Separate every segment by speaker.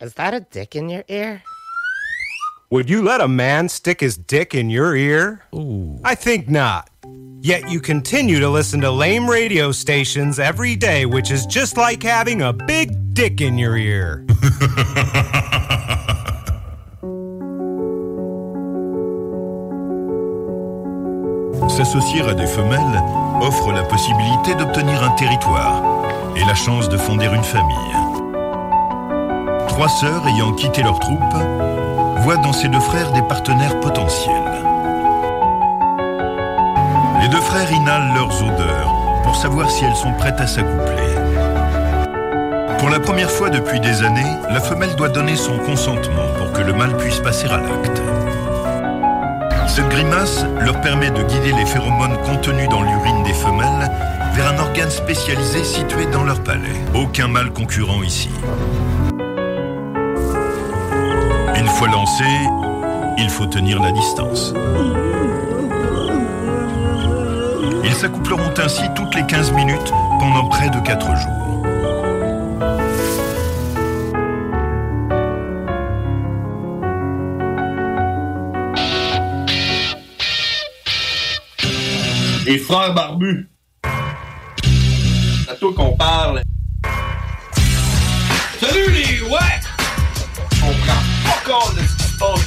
Speaker 1: Is that a dick in your ear?
Speaker 2: Would you let a man stick his dick in your ear?
Speaker 3: Ooh.
Speaker 2: I think not. Yet you continue to listen to lame radio stations every day, which is just like having a big dick in your ear.
Speaker 4: S'associer à des femelles offre la possibilité d'obtenir un territoire et la chance de fonder une famille. Trois sœurs ayant quitté leur troupe voient dans ces deux frères des partenaires potentiels. Les deux frères inhalent leurs odeurs pour savoir si elles sont prêtes à s'accoupler. Pour la première fois depuis des années, la femelle doit donner son consentement pour que le mâle puisse passer à l'acte. Cette grimace leur permet de guider les phéromones contenus dans l'urine des femelles vers un organe spécialisé situé dans leur palais. Aucun mâle concurrent ici. Une fois lancé, il faut tenir la distance. Ils s'accoupleront ainsi toutes les 15 minutes pendant près de 4 jours.
Speaker 5: Les frères barbus. C'est à toi qu'on parle. Salut les ouais! On prend pas compte de ce qui se passe,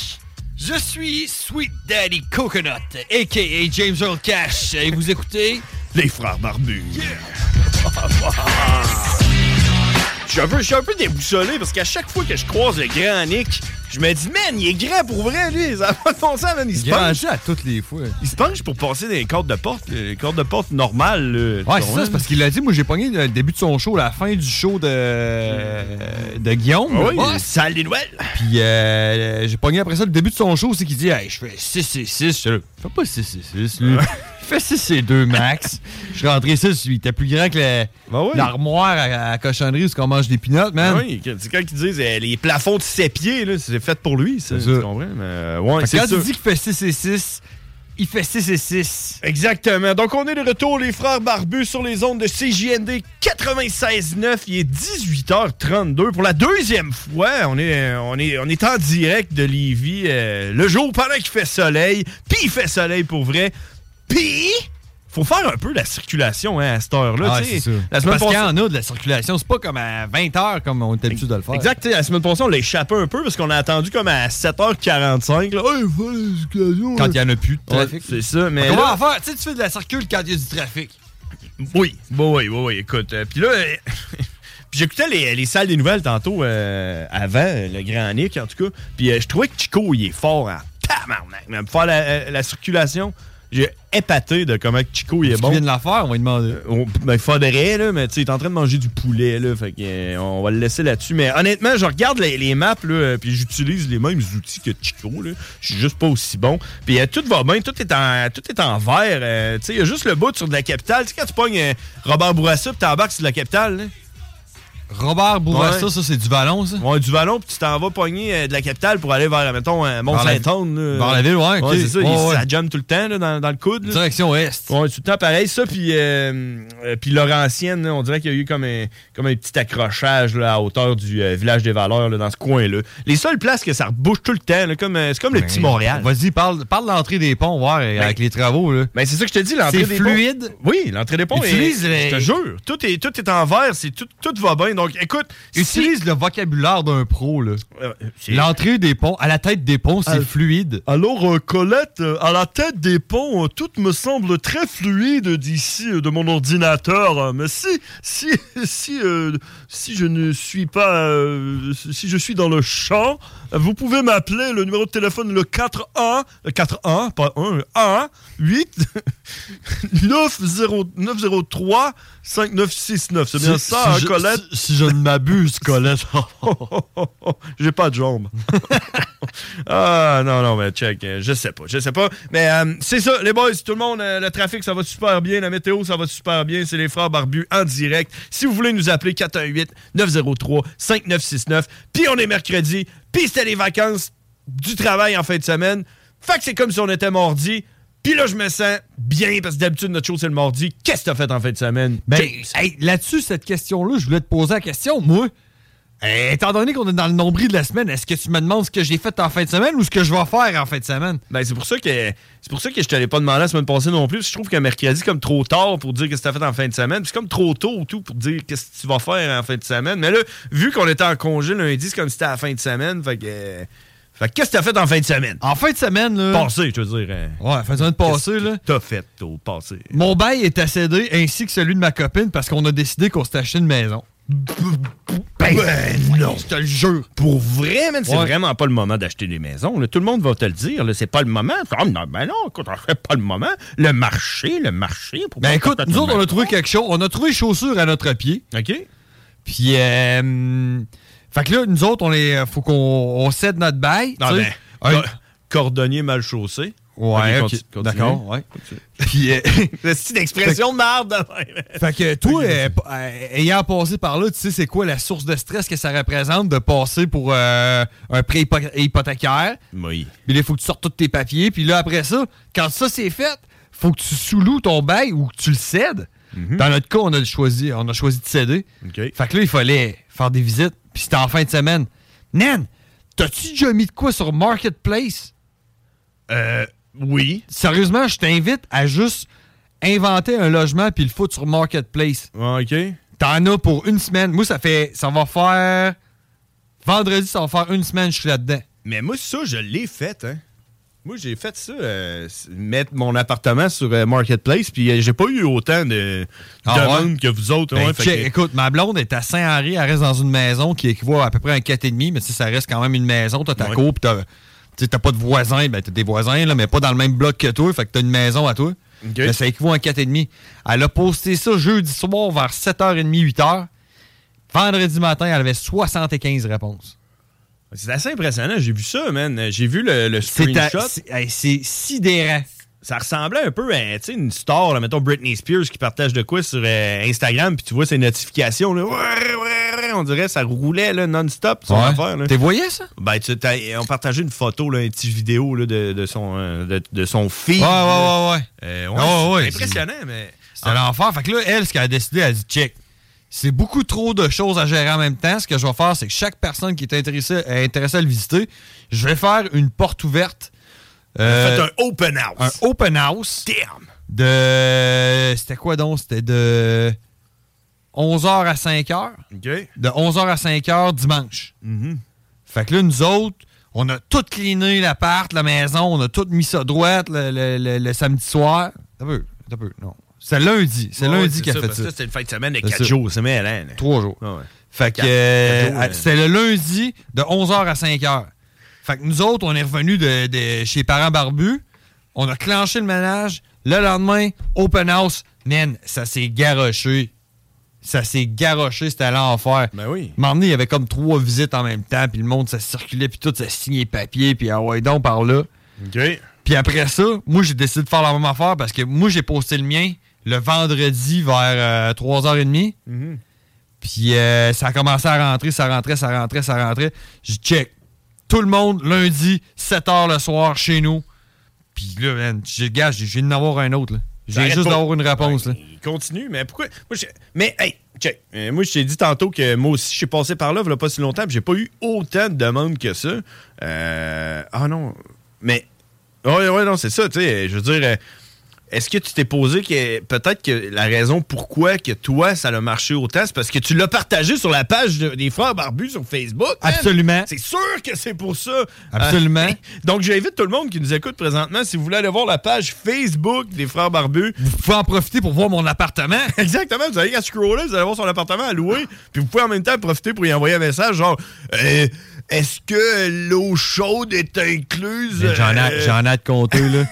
Speaker 6: Je suis Sweet Daddy Coconut, a.k.a. James Earl Cash. Et vous écoutez
Speaker 7: Les Frères Barbus. Je suis un peu, je suis un peu déboussolé parce qu'à chaque fois que je croise le grand Nick, je me dis, man, il est grand pour vrai, lui. Ça a pas de bon sens, man. Il se penche.
Speaker 3: Grandi à toutes les fois.
Speaker 7: Il se penche pour passer des cordes de porte, là, les cordes de porte normales. là.
Speaker 3: Ouais,
Speaker 7: Tu
Speaker 3: c'est ça, c'est parce qu'il l'a dit. Moi, j'ai pogné le début de son show, la fin du show de, de Guillaume.
Speaker 7: Ah oui,
Speaker 3: Ouais,
Speaker 7: sale des nouvelles.
Speaker 3: Puis euh, j'ai pogné après ça le début de son show, c'est qu'il dit Hey, je fais 6 et 6. Je suis là, fais pas 6 et 6, lui. Je fais 6 et 2 max. Je suis rentré 6, lui. Il était plus grand que la-
Speaker 7: Ben oui.
Speaker 3: l'armoire à, à cochonnerie où on mange des pinottes, man.
Speaker 7: Ah Oui, que- c'est quand ils disent euh, les plafonds de ses pieds, là, c'est fait pour lui, ça,
Speaker 3: C'est
Speaker 7: tu
Speaker 3: ça.
Speaker 7: comprends? Mais, euh, ouais,
Speaker 3: Fait que
Speaker 7: c'est
Speaker 3: quand
Speaker 7: ça.
Speaker 3: il dit qu'il fait 6 et 6, il fait 6 et 6.
Speaker 7: Exactement. Donc, on est de retour, les frères Barbus, sur les ondes de CJND 96.9. Il est 18h32. Pour la deuxième fois, on est, euh, on est, on est en direct de Lévis euh, le jour pendant qu'il fait soleil. Puis, il fait soleil pour vrai. Puis, faut faire un peu la circulation hein, à cette heure-là.
Speaker 3: Ah,
Speaker 7: tu sais.
Speaker 3: c'est ça.
Speaker 7: La semaine
Speaker 3: Parce qu'il y
Speaker 7: passée-
Speaker 3: en a de la circulation. C'est pas comme à 20 heures comme on est habitué de le faire.
Speaker 7: Exact, tu sais, la semaine passée, on l'a échappé un peu parce qu'on a attendu comme à 7h45. là. Hey, faut la circulation,
Speaker 3: Quand
Speaker 7: là.
Speaker 3: il y en a plus de
Speaker 7: Ouais,
Speaker 3: trafic.
Speaker 7: c'est ça, mais.
Speaker 3: Comment
Speaker 7: là-
Speaker 3: faire? Tu sais, tu fais de la circule quand il y a du trafic.
Speaker 7: Oui, bon, oui, oui, oui, écoute. euh, Puis là, euh, puis j'écoutais les, les salles des nouvelles tantôt euh, avant, euh, le grand Nick en tout cas. Puis euh, je trouvais que Chico, il est fort en tabarnak. Mais pour faire la, euh, la circulation, j'ai épaté de comment Chico, il est
Speaker 3: Est-ce qu'il
Speaker 7: bon.
Speaker 3: vient de la faire? On va lui demander.
Speaker 7: On- ben, il faudrait, là, mais tu sais, il est en train de manger du poulet, là, fait que, euh, on va le laisser là-dessus. Mais honnêtement, je regarde les, les maps, là, euh, puis j'utilise les mêmes outils que Chico, là. Je suis juste pas aussi bon. Puis euh, tout va bien, tout est en, tout est en vert. euh, tu sais, il y a juste le bout sur de la capitale. Tu sais, quand tu pognes euh, Robert Bourassa, puis t'embarques sur de la capitale, là,
Speaker 3: Robert Bourassa, ça, c'est du ballon, ça?
Speaker 7: Ouais, du ballon, puis tu t'en vas pogner euh, de la capitale pour aller vers, mettons, euh, Mont-Saint-Anne. là.
Speaker 3: Vers la ville, ouais, ok.
Speaker 7: c'est ça,
Speaker 3: Ouais,
Speaker 7: il-
Speaker 3: ouais.
Speaker 7: ça jump tout le temps, là, dans, dans le coude. là.
Speaker 3: Direction Ouest.
Speaker 7: Ouais, tout le temps pareil, ça, puis euh, euh, puis Laurentienne, là, on dirait qu'il y a eu comme un, comme un petit accrochage là, à hauteur du euh, village des valeurs, là, dans ce coin-là. Les seules places que ça rebouche tout le temps, là, comme, euh, c'est comme le petit Montréal.
Speaker 3: Ben, Vas-y, parle, parle de l'entrée des ponts, voir, euh, avec les travaux, là.
Speaker 7: Ben, c'est ça que je te dis, l'entrée
Speaker 3: C'est
Speaker 7: des
Speaker 3: fluide.
Speaker 7: ponts- Oui, l'entrée des ponts. est-
Speaker 3: Utilise les-
Speaker 7: Je te jure, tout est, tout est en vert, c'est tout, tout va bien. Donc, écoute,
Speaker 3: Utilise le vocabulaire d'un pro, là.
Speaker 7: euh,
Speaker 3: L'entrée des ponts, à la tête des ponts, c'est
Speaker 7: Ah.
Speaker 3: fluide.
Speaker 7: Alors, euh, Colette, euh, à la tête des ponts, euh, tout me semble très fluide d'ici, euh, de mon ordinateur. Euh, Mais si, si, si, euh, si je ne suis pas, euh, si je suis dans le champ, euh, vous pouvez m'appeler le numéro de téléphone le 41, euh, 41, pas 1, 1, 8, 903 5969. C'est bien
Speaker 3: Si-
Speaker 7: ça,
Speaker 3: si
Speaker 7: hein,
Speaker 3: je-
Speaker 7: Colette?
Speaker 3: Si, si je ne m'abuse, Colette.
Speaker 7: J'ai pas de jambes. ah, non, non, mais check, euh, je sais pas, je sais pas. Mais euh, c'est ça, les boys, tout le monde, euh, le trafic, ça va super bien, la météo, ça va super bien, c'est les frères barbus en direct. Si vous voulez nous appeler, 418-903-5969. Puis on est mercredi, puis c'était les vacances du travail en fin de semaine. Fait que c'est comme si on était mardi. Puis là, je me sens bien, parce que d'habitude, notre show, c'est le mardi. Qu'est-ce que t'as fait en fin de semaine?
Speaker 3: Ben,
Speaker 7: James?
Speaker 3: hey, là-dessus, cette question-là, je voulais te poser la question, moi. Euh, Étant donné qu'on est dans le nombril de la semaine, est-ce que tu me demandes ce que j'ai fait en fin de semaine ou ce que je vais faire en fin de semaine?
Speaker 7: Ben, c'est pour ça que c'est pour ça que je te l'ai pas demandé la semaine passée non plus. parce que Je trouve que mercredi c'est comme trop tard pour dire qu'est-ce que t'as fait en fin de semaine. Puis c'est comme trop tôt ou tout pour dire qu'est-ce que tu vas faire en fin de semaine. Mais là, vu qu'on était en congé lundi, c'est comme si c'était la fin de semaine. Fait que, euh, fait que qu'est-ce que t'as fait en fin de semaine
Speaker 3: En fin de semaine, là.
Speaker 7: Passé, je veux dire. hein.
Speaker 3: Ouais, fin de semaine passée,
Speaker 7: Qu'est-ce que
Speaker 3: là.
Speaker 7: T'as fait au passé.
Speaker 3: Mon bail est à céder ainsi que celui de ma copine parce qu'on a décidé qu'on s'était acheté une maison.
Speaker 7: Ben, non.
Speaker 3: Je te le jure.
Speaker 7: Pour vrai, man, c'est
Speaker 3: Ouais.
Speaker 7: vraiment pas le moment d'acheter des maisons. là. Tout le monde va te le dire. là, C'est pas le moment. Ah, non, ben non, écoute, c'est pas le moment. Le marché, le marché. pourquoi
Speaker 3: Ben
Speaker 7: t'as
Speaker 3: écoute,
Speaker 7: fait
Speaker 3: nous
Speaker 7: une
Speaker 3: autres, on a
Speaker 7: maison?
Speaker 3: trouvé quelque chose. On a trouvé chaussures à notre pied.
Speaker 7: OK.
Speaker 3: Puis, euh, fait que là, nous autres, on est, faut qu'on on cède notre bail.
Speaker 7: Ah
Speaker 3: tu
Speaker 7: ben,
Speaker 3: sais. Un-
Speaker 7: cor- cordonnier mal chaussé.
Speaker 3: Ouais,
Speaker 7: Ok,
Speaker 3: ok.
Speaker 7: conti- continue.
Speaker 3: D'accord, ouais. Puis, euh,
Speaker 7: C'est une expression de merde.
Speaker 3: fait que toi, euh, p- euh, ayant passé par là, tu sais, c'est quoi la source de stress que ça représente de passer pour euh, un prêt hypo- hypothécaire?
Speaker 7: Oui.
Speaker 3: Puis là, il faut que tu sortes tous tes papiers. Puis là, après ça, quand ça c'est fait, faut que tu sous-loues ton bail ou que tu le cèdes. Dans notre cas, on a, le choisi, on a choisi de céder.
Speaker 7: Mhm. OK.
Speaker 3: Fait que là, il fallait faire des visites. Puis c'était en fin de semaine. Nan, t'as-tu déjà mis de quoi sur Marketplace?
Speaker 7: Euh, oui.
Speaker 3: Sérieusement, je t'invite à juste inventer un logement puis le foutre sur Marketplace.
Speaker 7: Ah, OK.
Speaker 3: T'en as pour une semaine. Moi, ça fait. Ça va faire. Vendredi, ça va faire une semaine, je suis là-dedans.
Speaker 7: Mais moi, ça, je l'ai fait. Hein. Moi, j'ai fait ça, euh, s- mettre mon appartement sur euh, Marketplace, puis euh, j'ai pas eu autant de
Speaker 3: Ah ouais?
Speaker 7: demandes que vous autres.
Speaker 3: Ben,
Speaker 7: ouais, fait
Speaker 3: check,
Speaker 7: que-
Speaker 3: Écoute, ma blonde est à Saint-Henri, elle reste dans une maison qui équivaut à, à peu près à un 4,5, mais tu sais, ça reste quand même une maison, t'as ta
Speaker 7: Ouais.
Speaker 3: cour, pis t'as. Tu sais, t'as pas de voisins, ben t'as des voisins, là, mais pas dans le même bloc que toi, fait que t'as une maison à toi.
Speaker 7: Ok.
Speaker 3: Mais ça équivaut à un 4,5. Elle a posté ça jeudi soir vers 7h30, 8h. Vendredi matin, elle avait 75 réponses.
Speaker 7: C'est assez impressionnant. J'ai vu ça, man. J'ai vu le, le
Speaker 3: C'est à-
Speaker 7: screenshot.
Speaker 3: c'est- hey, c'est sidérant.
Speaker 7: ça ressemblait un peu à tu sais, une star, là, mettons Britney Spears qui partage de quoi sur euh, Instagram, puis tu vois ses notifications. Là, on dirait que ça roulait là, non-stop, son affaire. là.
Speaker 3: T'es voyais ça?
Speaker 7: Ben, tu, t'as- on partageait une photo, là, une petite vidéo là, de, de son, euh, de, de son fils. Euh,
Speaker 3: Ouais, ouais, ouais, ouais. Ouais, ouais,
Speaker 7: c'est impressionnant, mais.
Speaker 3: C'était l'enfer. Fait que là, elle, ce qu'elle a décidé, elle a dit check. C'est beaucoup trop de choses à gérer en même temps. Ce que je vais faire, c'est que chaque personne qui est intéressée, euh, intéressée à le visiter, je vais faire une porte ouverte. euh,
Speaker 7: Faites un open house.
Speaker 3: un open house
Speaker 7: Damn!
Speaker 3: de. C'était quoi donc C'était de 11h à 5h.
Speaker 7: OK.
Speaker 3: De 11h à 5h dimanche.
Speaker 7: Mm-hmm.
Speaker 3: Fait que là, nous autres, on a tout cleané l'appart, la maison, on a tout mis ça droite le, le- le- le samedi soir. T'as peu, t'as peu, non. C'est lundi, c'est
Speaker 7: Ouais,
Speaker 3: lundi qu'elle a
Speaker 7: ça,
Speaker 3: fait
Speaker 7: parce
Speaker 3: ça.
Speaker 7: que C'était une fin de semaine de
Speaker 3: C'est
Speaker 7: 4
Speaker 3: ça.
Speaker 7: jours, c'est mêlant. là.
Speaker 3: Trois jours.
Speaker 7: Ah ouais.
Speaker 3: Fait que
Speaker 7: Quatre-
Speaker 3: euh,
Speaker 7: quatre jours,
Speaker 3: à-
Speaker 7: euh.
Speaker 3: c'était le lundi de 11h à 5h. Fait que nous autres, on est revenus de, de chez Parents Barbus. On a clenché le ménage. Le lendemain, open house. Man, ça s'est garoché. Ça s'est garoché, c'était l'enfer.
Speaker 7: Ben oui.
Speaker 3: M'emmener, il y avait comme trois visites en même temps, puis le monde, ça circulait, puis tout, ça signait papier, puis ah ouais, donc par là.
Speaker 7: OK.
Speaker 3: Puis après ça, moi, j'ai décidé de faire la même affaire
Speaker 8: Mm-hmm.
Speaker 3: parce que moi, j'ai posté le mien le vendredi vers euh, 3h30. Puis euh, ça a commencé à rentrer, ça rentrait, ça rentrait, ça rentrait. J'ai check. Tout le monde, lundi, 7h le soir, chez nous. Puis là, man, j'ai le gars, j'ai j'ai d'en avoir un autre. là. J'ai
Speaker 7: T'arrêtes
Speaker 3: juste
Speaker 7: pas.
Speaker 3: d'avoir une réponse. là.
Speaker 7: Il continue, mais pourquoi. Moi, je- Mais, hey, check. Euh, moi, je t'ai dit tantôt que moi aussi, je suis passé par là, il pas si longtemps, puis j'ai pas eu autant de demandes que ça. Euh, Ah non. Mais. Ouais, ouais, non, c'est ça, tu sais. Je veux dire. euh, Est-ce que tu t'es posé que peut-être que la raison pourquoi que toi, ça a marché autant, c'est parce que tu l'as partagé sur la page de- des Frères Barbus sur Facebook? man.
Speaker 3: Absolument.
Speaker 7: C'est sûr que c'est pour ça.
Speaker 3: Absolument.
Speaker 7: Euh, donc, j'invite tout le monde qui nous écoute présentement, si vous voulez aller voir la page Facebook des Frères Barbus,
Speaker 3: Vous pouvez en profiter pour voir mon appartement.
Speaker 7: Exactement, vous allez à scroller, vous allez voir son appartement à louer, puis vous pouvez en même temps profiter pour y envoyer un message genre Euh, Est-ce que l'eau chaude est incluse
Speaker 3: Mais J'en ai,
Speaker 7: Euh,
Speaker 3: j'en ai à te compter, là.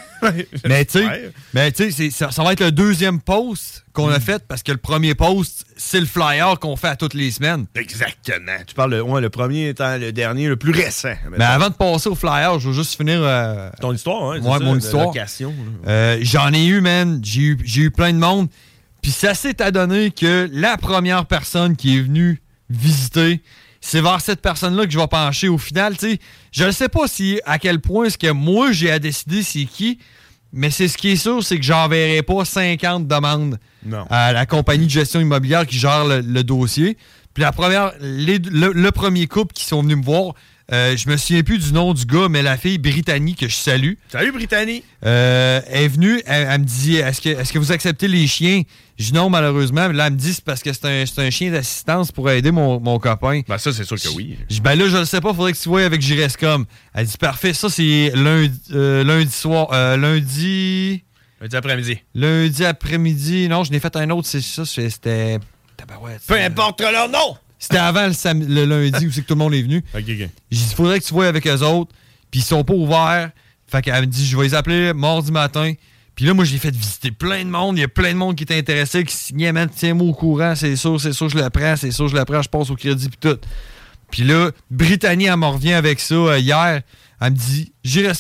Speaker 3: mais tu
Speaker 7: Ouais. Mm.
Speaker 3: sais, mais tu sais, c'est- ça, ça va être le deuxième post qu'on a fait parce que le premier post, c'est le flyer qu'on fait à toutes les semaines.
Speaker 7: Exactement. Tu parles, le, ouais, le premier étant le dernier, le plus récent.
Speaker 3: Mais avant de passer au flyer, je veux juste finir. euh,
Speaker 7: ton histoire, hein, c'est
Speaker 3: Ouais,
Speaker 7: ça,
Speaker 3: mon
Speaker 7: de
Speaker 3: histoire.
Speaker 7: location, là.
Speaker 3: euh, J'en ai eu, man. J'ai eu, j'ai eu plein de monde. Puis ça s'est adonné que la première personne qui est venue visiter, c'est vers cette personne-là que je vais pencher au final. Tu sais, je ne sais pas si à quel point ce que moi j'ai à décider c'est qui, mais c'est ce qui est sûr, c'est que j'enverrai pas 50 demandes
Speaker 7: Non.
Speaker 3: à la compagnie de gestion immobilière qui gère le, le dossier. Puis la première, les- le, le premier couple qui sont venus me voir, euh, je me souviens plus du nom du gars, mais la fille Brittany que je salue,
Speaker 7: Salut, Brittany.
Speaker 3: euh, elle est venue, elle, elle me dit Est-ce que, est que vous acceptez les chiens Je dis non, malheureusement. Là, elle me dit C'est parce que c'est un, c'est un chien d'assistance pour aider mon, mon copain.
Speaker 7: Ben, ça, c'est sûr que oui.
Speaker 3: Je dis, ben là, je le sais pas, faudrait que tu vois avec Jirescom. Elle dit Parfait, ça c'est lundi, euh, lundi soir. euh, lundi.
Speaker 7: Lundi après-midi.
Speaker 3: Lundi après-midi. Non, je n'ai fait un autre, c'est ça, c'est- c'était. Tabarouette,
Speaker 7: Peu
Speaker 3: c'était-
Speaker 7: importe leur nom.
Speaker 3: C'était avant le, sam- le lundi où c'est que tout le monde est venu.
Speaker 7: Ok, ok.
Speaker 3: J'ai dit, faudrait que tu vois avec eux autres. Puis ils sont pas ouverts. Fait qu'elle me dit, je vais les appeler mardi matin. Puis là, moi, j'ai fait visiter plein de monde. Il y a plein de monde qui était intéressé, qui signait, man, tiens-moi au courant, c'est sûr, c'est sûr, je le prends, c'est sûr, je le prends, je passe au crédit, puis tout. Puis là, Brittany, elle m'en revient avec ça euh, hier. Elle me dit,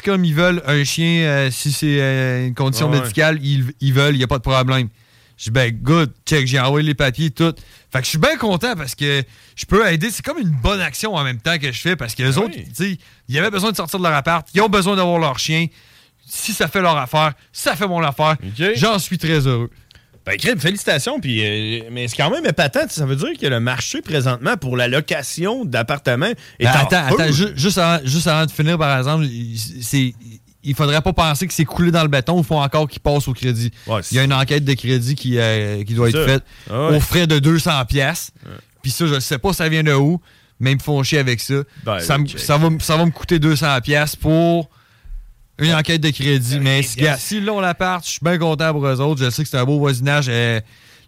Speaker 3: comme ils veulent un chien, euh, si c'est euh, une condition
Speaker 7: Ah ouais.
Speaker 3: médicale, ils, ils veulent, il n'y a pas de problème. Je dis, ben, good, check, j'ai envoyé les papiers, tout. Fait que je suis bien content parce que je peux aider. C'est comme une bonne action en même temps que je fais parce que les
Speaker 7: Ah
Speaker 3: autres,
Speaker 7: oui.
Speaker 3: tu sais, ils avaient besoin de sortir de leur appart, ils ont besoin d'avoir leur chien. Si ça fait leur affaire, ça fait mon affaire.
Speaker 7: Ok.
Speaker 3: J'en suis très heureux.
Speaker 7: Ben, Crib, félicitations. Puis, euh, mais c'est quand même épatant. Ça veut dire que le marché présentement pour la location d'appartements est
Speaker 3: Ben,
Speaker 7: en
Speaker 3: attends,
Speaker 7: feu.
Speaker 3: attends, ju- juste, avant, juste avant de finir, par exemple, il- c'est. Il faudrait pas penser que c'est coulé dans le béton, il faut encore qu'il passe au crédit.
Speaker 7: Ouais,
Speaker 3: il y a une enquête de crédit qui, euh, qui doit
Speaker 7: C'est
Speaker 3: être
Speaker 7: ça.
Speaker 3: faite
Speaker 7: Ah ouais.
Speaker 3: aux frais de 200 pièces. Puis ça, je sais pas ça vient de où, mais ils me font chier avec ça.
Speaker 7: Ben,
Speaker 3: ça, me-
Speaker 7: ok.
Speaker 3: ça va, me- ça va me coûter 200 pièces pour une enquête de crédit.
Speaker 7: Ben,
Speaker 3: mais si, gars, si l'on la part, je suis bien content pour eux autres. Je sais que c'est un beau voisinage. euh,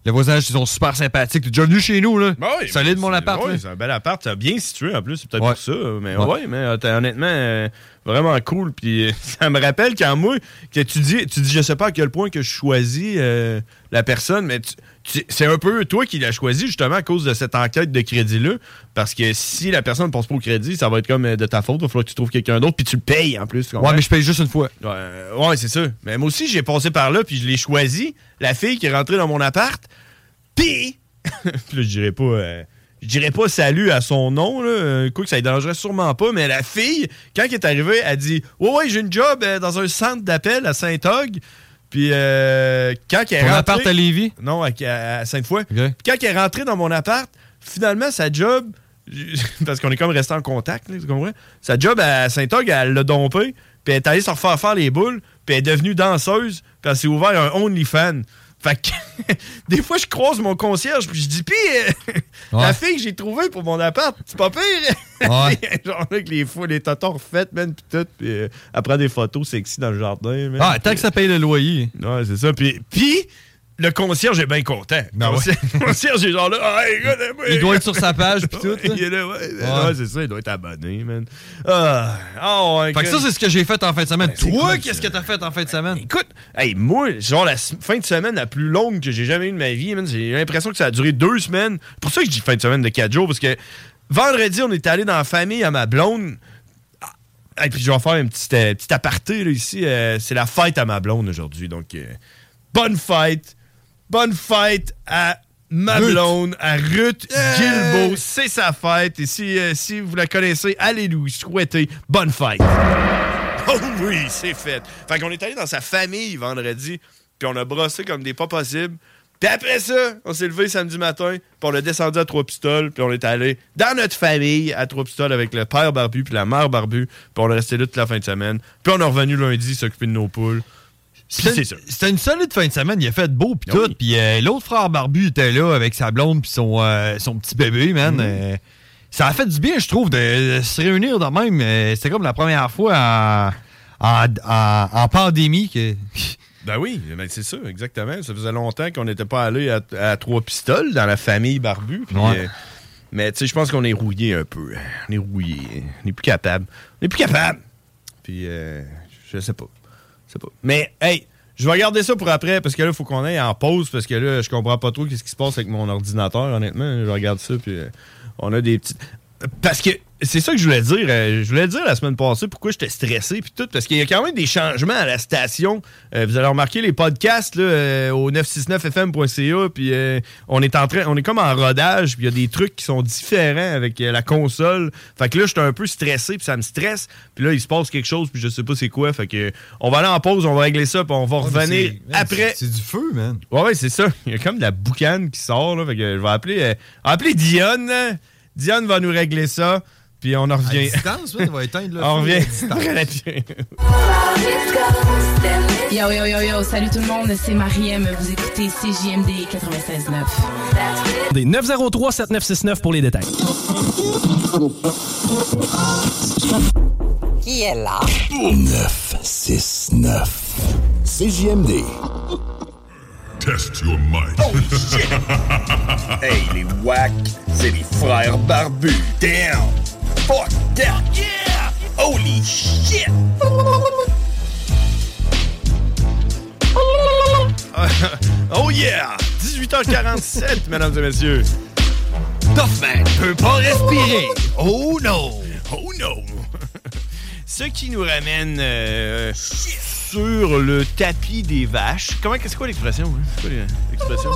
Speaker 3: le voisinage, ils sont super sympathiques. T'es déjà venu chez nous, là.
Speaker 7: Ben oui,
Speaker 3: Solide,
Speaker 7: mais
Speaker 3: mon
Speaker 7: c'est-
Speaker 3: appart.
Speaker 7: ouais,
Speaker 3: là.
Speaker 7: c'est un bel appart, c'est bien situé en plus, c'est peut-être
Speaker 3: Ouais.
Speaker 7: pour ça. Mais ouais,
Speaker 3: Ouais.
Speaker 7: mais euh, t'as- honnêtement, euh, vraiment cool. Puis euh, ça me rappelle quand moi, que tu dis, tu dis, je sais pas à quel point que je choisis euh, la personne, mais tu- tu- c'est un peu toi qui l'as choisi justement à cause de cette enquête de crédit-là. Parce que si la personne ne pense pas au crédit, ça va être comme euh, de ta faute, il va falloir que tu trouves quelqu'un d'autre, puis tu le payes en plus. tu comprends?
Speaker 3: Ouais, mais je paye juste une fois.
Speaker 7: Ouais, euh, ouais, c'est sûr. Mais moi aussi, j'ai passé par là, puis je l'ai choisi. La fille qui est rentrée dans mon appart. Puis, puis là, je dirais pas... euh, je dirais pas salut à son nom, là. euh, Quoi que ça ne dérangerait sûrement pas, mais la fille, quand elle est arrivée, elle dit « Ouais, ouais, j'ai une job euh, dans un centre d'appel à Saint-Og. » Puis euh, quand elle est
Speaker 3: Ton
Speaker 7: rentrée...
Speaker 3: appart à Lévis?
Speaker 7: Non, à, à- à Sainte-Foy.
Speaker 3: Ok.
Speaker 7: Puis Quand elle est rentrée dans mon appart, finalement, sa job, parce qu'on est comme resté en contact, là, tu comprends? Sa job à Saint-Og, elle l'a dompé, puis elle est allée se refaire faire les boules, puis elle est devenue danseuse, puis elle s'est ouvert un OnlyFans. Fait que, des fois, je croise mon concierge, puis je dis, puis, euh,
Speaker 3: Ouais.
Speaker 7: la fille que j'ai trouvée pour mon appart, c'est pas pire!
Speaker 3: Ouais.
Speaker 7: Genre, avec les fous, les tontons refaites, man, puis tout, puis euh, elle prend des photos sexy dans le jardin, man.
Speaker 3: Ah, tant que ça paye le loyer.
Speaker 7: Ouais, c'est ça. Puis, puis le concierge est bien content.
Speaker 3: Ben ouais.
Speaker 7: le concierge- le concierge est genre là, ah, écoute,
Speaker 3: Il doit être sur sa page pis tout. là.
Speaker 7: Il est là, ouais.
Speaker 3: Ouais.
Speaker 7: Ouais, c'est ça, il doit être abonné, man. Ah, ah, ouais,
Speaker 3: Fait que ça, c'est ce que j'ai fait en fin de semaine.
Speaker 7: Ben, c'est
Speaker 3: Toi,
Speaker 7: cool,
Speaker 3: qu'est-ce
Speaker 7: ça. Ben,
Speaker 3: que t'as fait en fin de semaine?
Speaker 7: Écoute, hey, moi, genre la s- fin de semaine la plus longue que j'ai jamais eue de ma vie, man, j'ai l'impression que ça a duré deux semaines. Pour ça que je dis fin de semaine de quatre jours, parce que vendredi, on est allé dans la famille à ma blonde. Ah, Et puis je vais faire un petit, euh, petit aparté là, ici. Euh, c'est la fête à ma blonde aujourd'hui. Donc, euh, bonne fête. Bonne fête à ma
Speaker 3: Ruth.
Speaker 7: blonde, à Ruth Guilbeault. C'est sa fête. Et si, euh, si vous la connaissez, allez-lui souhaiter bonne fête. Oh oui, c'est fait. Fait qu'on est allé dans sa famille vendredi, puis on a brossé comme des pas possibles. Puis après ça, on s'est levé samedi matin, puis on a descendu à Trois Pistoles, puis on est allé dans notre famille à Trois Pistoles avec le père barbu puis la mère barbu, puis on est resté là toute la fin de semaine. Puis on est revenu lundi s'occuper de nos poules. Puis
Speaker 3: C'était
Speaker 7: c'est
Speaker 3: une-
Speaker 7: ça.
Speaker 3: c'était une solide fin de semaine. Il a fait beau, puis
Speaker 7: Ah
Speaker 3: tout.
Speaker 7: oui.
Speaker 3: Puis euh, l'autre frère Barbu était là avec sa blonde, puis son, euh, son petit bébé, man.
Speaker 7: Mm.
Speaker 3: Euh, ça a fait du bien, je trouve, de, de se réunir de même. Euh, C'était comme la première fois en, en- en- en pandémie que.
Speaker 7: Ben oui, ben c'est ça, exactement. Ça faisait longtemps qu'on n'était pas allé à, à Trois Pistoles dans la famille barbu. puis,
Speaker 3: Ouais.
Speaker 7: euh, mais tu sais, je pense qu'on est rouillé un peu. hein. On est rouillé. On n'est plus capable. On n'est plus capable. Puis, euh, je sais pas. Je sais pas. Mais, hey, je vais garder ça pour après parce que là, il faut qu'on aille en pause parce que là, je comprends pas trop qu'est-ce qui se passe avec mon ordinateur, honnêtement. Je regarde ça, puis euh, on a des petites. Parce que c'est ça que je voulais dire. euh, je voulais dire la semaine passée pourquoi j'étais stressé, puis tout, parce qu'il y a quand même des changements à la station. Euh, vous allez remarquer les podcasts là, euh, au 969fm.ca, puis euh, on est en train, on est comme en rodage, puis il y a des trucs qui sont différents avec euh, la console. Fait que là, j'étais un peu stressé, puis ça me stresse. Puis là, il se passe quelque chose, puis je sais pas c'est quoi. Fait que euh, on va aller en pause, on va régler ça, puis on va revenir
Speaker 3: C'est- man,
Speaker 7: après.
Speaker 3: C'est c'est du feu, man.
Speaker 7: Ouais, ouais, c'est ça. Il y a comme de la boucane qui sort, là. Fait que je vais appeler, euh, appeler Dionne. hein. Dionne va nous régler ça, puis on en
Speaker 3: À
Speaker 7: revient.
Speaker 3: distance, man, on va éteindre le
Speaker 7: On
Speaker 3: feu à
Speaker 7: revient.
Speaker 3: distance.
Speaker 9: Yo yo yo yo, salut tout le monde, c'est Mariem, vous écoutez CJMD 96.9.
Speaker 10: Des 903-7969 pour les détails.
Speaker 11: Qui est là?
Speaker 12: 969. CJMD.
Speaker 4: Test your mind.
Speaker 5: Oh, hey, les wack, c'est les frères barbus. Damn! Fuck that! Yeah! Holy shit!
Speaker 7: oh yeah! 18h47, mesdames et messieurs. Duffman peut pas respirer. Oh no! Oh no! Ce qui nous ramène euh, sur le tapis des vaches. Comment, c'est quoi l'expression? hein? C'est quoi l'expression?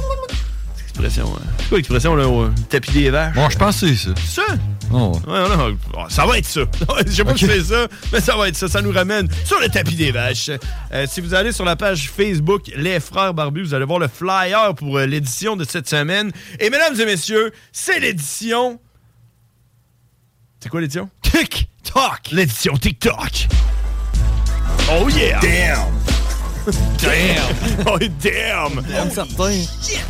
Speaker 7: C'est l'expression, hein? C'est quoi l'expression, là, au euh, tapis des vaches?
Speaker 3: Bon, je pense que c'est ça.
Speaker 7: Ça?
Speaker 3: Oh.
Speaker 7: Ouais, on a- oh, ça va être ça. Je sais pas si je fais ça, mais ça va être ça. Ça nous ramène sur le tapis des vaches. Euh, si vous allez sur la page Facebook Les Frères Barbus, vous allez voir le flyer pour euh, l'édition de cette semaine. Et mesdames et messieurs, c'est l'édition. C'est quoi l'édition? TikTok! L'édition TikTok! Oh yeah! Damn! oh damn! Damn certain.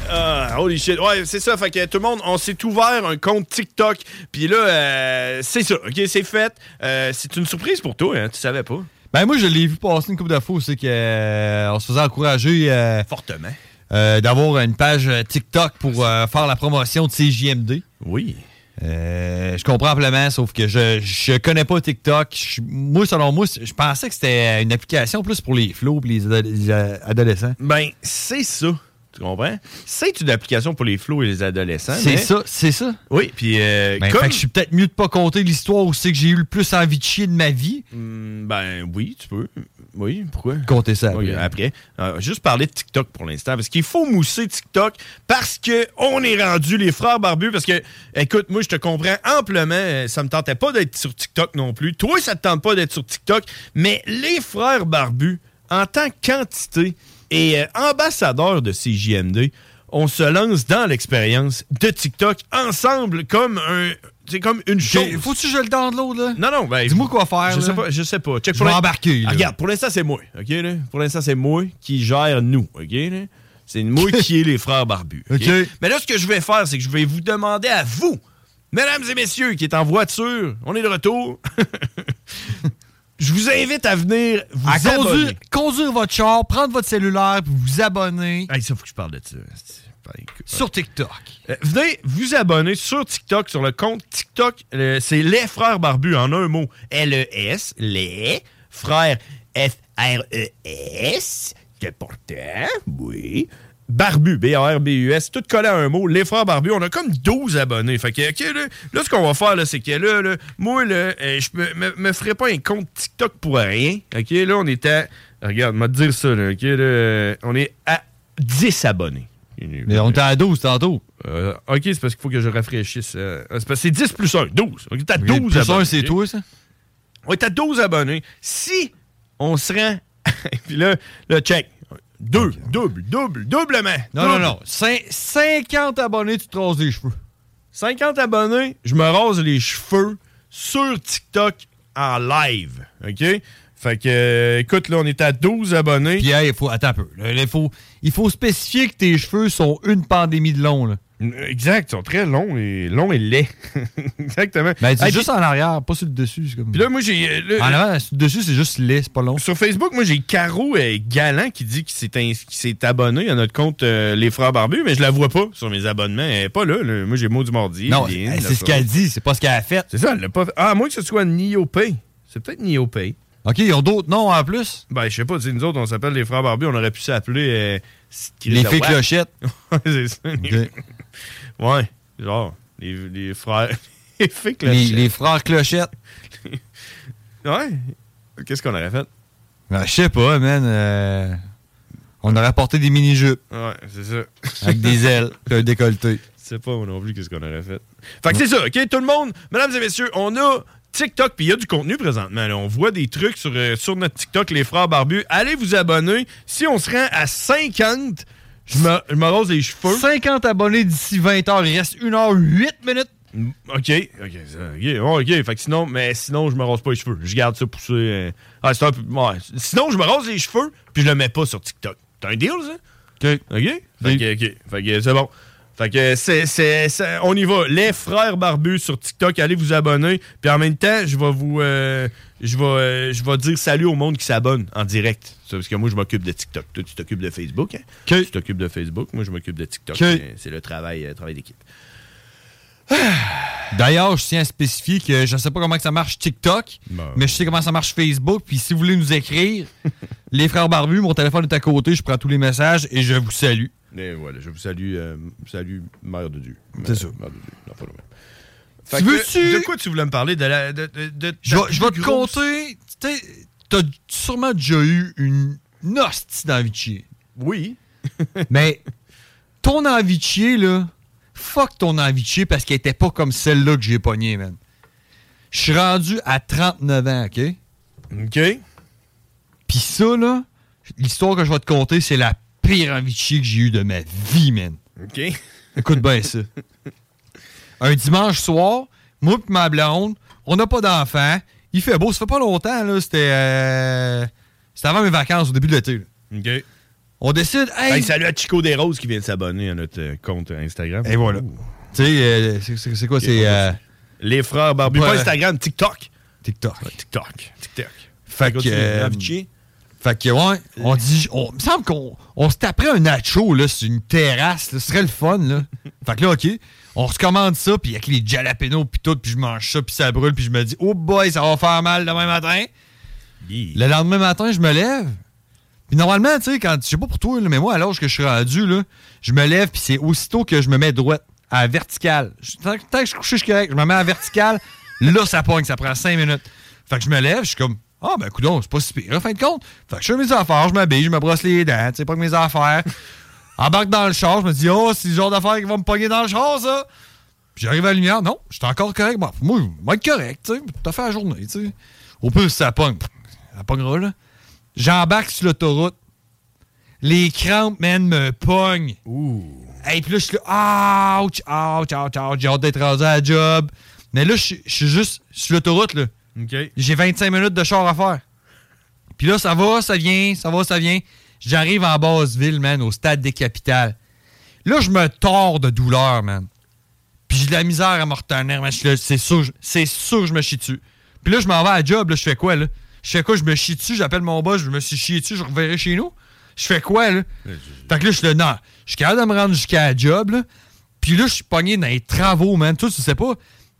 Speaker 7: Ah, holy shit. Ouais, c'est ça. Fait que tout le monde, on s'est ouvert un compte TikTok. Puis là, euh, c'est ça. OK, c'est fait. Euh, c'est une surprise pour toi, hein. Tu savais pas.
Speaker 3: Ben moi, je l'ai vu passer une couple de fois aussi que euh, on se faisait encourager euh,
Speaker 7: fortement
Speaker 3: euh, d'avoir une page euh, TikTok pour euh, faire la promotion de CJMD.
Speaker 7: Oui.
Speaker 3: Euh, je comprends amplement, sauf que je, je connais pas TikTok. Je- moi, selon moi, c'est- je pensais que c'était une application plus pour les flots et les, ado- les, euh, adolescents.
Speaker 7: Ben, c'est ça. Tu comprends? C'est une application pour les flots et les adolescents.
Speaker 3: C'est
Speaker 7: mais-
Speaker 3: ça, c'est ça.
Speaker 7: Oui, puis euh,
Speaker 3: Ben,
Speaker 7: comme-
Speaker 3: fait que je suis peut-être mieux de pas compter l'histoire où c'est que j'ai eu le plus envie de chier de ma vie.
Speaker 7: Hmm, Ben oui, tu peux. Oui, pourquoi?
Speaker 3: Comptez ça.
Speaker 7: Oui, après. Euh, juste parler de TikTok pour l'instant, parce qu'il faut mousser TikTok, parce que on est rendu les frères barbus, parce que, écoute, moi, je te comprends amplement, euh, ça me tentait pas d'être sur TikTok non plus. Toi, ça te tente pas d'être sur TikTok, mais les frères barbus, en tant qu'entité et euh, ambassadeur de CJMD, on se lance dans l'expérience de TikTok ensemble comme un... C'est comme une chose.
Speaker 3: Faut-tu que je le download, là?
Speaker 7: Non, non, ben.
Speaker 3: Dis-moi quoi faire.
Speaker 7: Je sais
Speaker 3: là.
Speaker 7: pas, je sais pas. Check
Speaker 3: Je
Speaker 7: pour
Speaker 3: vais
Speaker 7: l'in-
Speaker 3: embarquer, là.
Speaker 7: Ah, regarde, pour l'instant, c'est moi. OK, là? Pour l'instant, c'est moi qui gère nous. OK, là? C'est moi qui est les frères barbus.
Speaker 3: OK.
Speaker 7: Mais là, ce que je vais faire, c'est que je vais vous demander à vous, mesdames et messieurs, qui êtes en voiture, on est de retour. je vous invite à venir vous
Speaker 3: à
Speaker 7: abonner.
Speaker 3: conduire, conduire votre char, prendre votre cellulaire, puis vous abonner
Speaker 7: Hey, ça, faut que je parle de ça.
Speaker 3: sur TikTok.
Speaker 7: Euh, venez vous abonner sur TikTok, sur le compte TikTok. euh, c'est Les Frères Barbus en un mot. L-E-S, les frères F-R-E-S, que pourtant, oui. Barbu, B-A-R-B-U-S, tout collé à un mot. Les Frères Barbus, on a comme 12 abonnés. Fait que, ok, là, là, ce qu'on va faire, là, c'est que là, là, moi, là, euh, je me, me, me ferai pas un compte TikTok pour rien. Ok, là, on est à. Regarde, m'a dire ça, là, ok, là, euh, on est à 10 abonnés. Euh,
Speaker 3: Mais on était à 12 tantôt.
Speaker 7: ok, c'est parce qu'il faut que je rafraîchisse. euh, c'est parce que c'est 10 plus 1, 12. Donc, t'as
Speaker 3: Ok,
Speaker 7: 12
Speaker 3: plus un,
Speaker 7: abonnés.
Speaker 3: c'est toi, ça?
Speaker 7: Oui, t'as 12 abonnés. Si on se rend. Puis là, là, check. Deux, double, double, doublement.
Speaker 3: Non, non, non. Cin- 50 abonnés, tu te rases les cheveux.
Speaker 7: 50 abonnés, je me rase les cheveux sur TikTok en live. OK? Fait que, euh, écoute, là, on est à 12 abonnés.
Speaker 3: Puis, hey, il faut, attends un peu. là, il, faut, il faut spécifier que tes cheveux sont une pandémie de long. Là.
Speaker 7: Exact, ils sont très longs et, longs et laids. Exactement.
Speaker 3: Ben, c'est
Speaker 7: Hey,
Speaker 3: juste
Speaker 7: puis-
Speaker 3: en arrière, pas sur le dessus. c'est Comme...
Speaker 7: Puis là, moi, j'ai. euh, là-
Speaker 3: en avant, sur le dessus, c'est juste laid, c'est pas long.
Speaker 7: Sur Facebook, moi, j'ai Caro euh, Galant qui dit qu'il s'est, ins- qu'il s'est abonné à notre compte euh, Les Frères Barbus, mais je la vois pas sur mes abonnements. Elle est pas là. là. Moi, j'ai mot du mardi.
Speaker 3: Non,
Speaker 7: Lynn,
Speaker 3: hey,
Speaker 7: là,
Speaker 3: c'est ce
Speaker 7: ça.
Speaker 3: qu'elle dit, c'est pas ce qu'elle a fait.
Speaker 7: C'est ça, elle l'a pas fait. Ah, à moins que ce soit Niopay. C'est peut-être Niopay.
Speaker 3: OK, ils ont d'autres noms en plus.
Speaker 7: Ben, je sais pas. tu sais, Nous autres, on s'appelle Les Frères Barbus. On aurait pu s'appeler. euh,
Speaker 3: Les fées
Speaker 7: Ouais.
Speaker 3: clochettes.
Speaker 7: Ouais, c'est ça. Ouais, genre, les, les frères. les fées
Speaker 3: Les,
Speaker 7: clochettes.
Speaker 3: les frères clochettes.
Speaker 7: Ouais. Qu'est-ce qu'on aurait fait?
Speaker 3: Ben, je sais pas, man. euh, on aurait porté des mini-jupes
Speaker 7: Ouais, c'est ça.
Speaker 3: avec des ailes, puis un décolleté.
Speaker 7: Je sais pas moi non plus qu'est-ce qu'on aurait fait. Fait que c'est ça, OK, tout le monde, mesdames et messieurs, on a TikTok, puis il y a du contenu présentement. là. On voit des trucs sur, euh, sur notre TikTok, les frères barbus. Allez vous abonner. Si on se rend à 50, je me, je me rase les cheveux.
Speaker 3: 50 abonnés d'ici 20 heures. Il reste 1h08 minutes.
Speaker 7: Mm, OK, OK, ça, OK, bon, OK. Fait que sinon, mais sinon, je me rase pas les cheveux. Je garde ça poussé. euh, ah, c'est un peu- ouais. Sinon, je me rase les cheveux, puis je le mets pas sur TikTok. T'as un deal, ça?
Speaker 3: OK.
Speaker 7: OK? Fait que, OK. Fait que c'est bon. Fait que c'est, c'est- c'est- on y va. Les frères barbus sur TikTok, allez vous abonner. Puis en même temps, je vais vous. euh, je vais, euh, je vais dire salut au monde qui s'abonne en direct. Ça, parce que moi, je m'occupe de TikTok. Toi, tu t'occupes de Facebook. Hein? Tu t'occupes de Facebook. Moi, je m'occupe de TikTok.
Speaker 3: OK.
Speaker 7: Euh, C'est le travail, euh, travail d'équipe.
Speaker 3: D'ailleurs, je tiens à spécifier que je sais pas comment que ça marche TikTok,
Speaker 7: Euh. Bah.
Speaker 3: mais je sais comment ça marche Facebook. Puis si vous voulez nous écrire, les frères barbus, mon téléphone est à côté, je prends tous les messages et je vous salue.
Speaker 7: Et voilà, je vous salue, euh, salue Mère de Dieu.
Speaker 3: C'est
Speaker 7: Mère-
Speaker 3: ça.
Speaker 7: Mère de Dieu. Non, pas le même.
Speaker 3: Tu veux-tu-
Speaker 7: De quoi tu voulais me parler de la. De, de- de-
Speaker 3: Je vais
Speaker 7: de-
Speaker 3: je vais te
Speaker 7: plus grosse-
Speaker 3: compter. Tu sais, T'as sûrement déjà eu une, une hostie d'envie de chier.
Speaker 7: Oui.
Speaker 3: mais ton envie de chier, là, fuck ton envie de chier parce qu'elle était pas comme celle-là que j'ai pognée, man. Je suis rendu à 39 ans, OK?
Speaker 7: OK.
Speaker 3: Puis ça, là, l'histoire que je vais te conter, c'est la pire envie de chier que j'ai eue de ma vie, man.
Speaker 7: OK.
Speaker 3: Écoute bien ça. Un dimanche soir, moi et ma blonde, on n'a pas d'enfant. Il fait beau, ça fait pas longtemps, là. C'était. euh, C'était avant mes vacances, au début de l'été. là.
Speaker 7: OK.
Speaker 3: On décide. Hey,
Speaker 7: Hey, salut à Chico Des Roses qui vient de s'abonner à notre euh, compte Instagram.
Speaker 3: Et voilà. Tu sais, euh, c'est- c'est c'est quoi? C'est. euh,
Speaker 7: Les frères barbus.
Speaker 3: Ouais.
Speaker 7: Pas Instagram, TikTok.
Speaker 3: TikTok.
Speaker 7: TikTok. TikTok.
Speaker 3: Fait que.
Speaker 7: Continue,
Speaker 3: euh,
Speaker 7: envie de chier.
Speaker 3: Fait que, ouais, on dit. On, il me semble qu'on on se taperait un nacho, là, sur une terrasse. là. Ce serait le fun, là. fait que là, OK. On se commande ça, puis avec les jalapenos, puis tout, puis je mange ça, puis ça brûle, puis je me dis, oh boy, ça va faire mal demain matin. Le lendemain matin, je me lève. Puis normalement, tu sais, quand. Je sais pas pour toi, là, mais moi, à l'âge que je suis rendu, là, je me lève, puis c'est aussitôt que je me mets droite, à la verticale. Je- Tant, tant que je suis couché, je suis correct. Je me mets à la verticale. là, ça pogne, ça prend cinq minutes. Fait que je me lève, je suis comme. Ah, ben, coudon, c'est pas si pire, en fin de compte. Fait que je fais mes affaires, je m'habille, je me brosse les dents, tu sais, pas que mes affaires. Embarque dans le char, je me dis, oh, c'est le genre d'affaires qui va me pogner dans le char, ça. Puis j'arrive à la lumière, non, je suis encore correct. Bon, moi, je vais être correct, tu sais, tout à fait la journée, tu sais. Au plus, ça pogne. Ça pognera, là. J'embarque sur l'autoroute. Les crampes, man, me pognent. Ouh. Et puis là, je suis là, ouch, ouch, ouch, ouch, j'ai hâte d'être rendu à la job. Mais là, je suis- je suis juste sur l'autoroute, là.
Speaker 7: OK.
Speaker 3: J'ai 25 minutes de char à faire. Puis là, ça va, ça vient, ça va, ça vient. J'arrive en Basse-Ville, man, au stade des capitales. Là, je me tords de douleur, man. Puis j'ai de la misère à me retenir, man. Je suis là, C'est sûr, je- c'est sûr que je me chie dessus. Puis là, je m'en vais à la job, là, je fais quoi, là? Je fais quoi? Je me chie dessus, j'appelle mon boss, je me suis chié dessus, je reverrai chez nous. Je fais quoi, là? Fait que là, je suis là, non, je suis capable de me rendre jusqu'à la job, là. Puis là, je suis pogné dans les travaux, man. Toi, tu sais pas.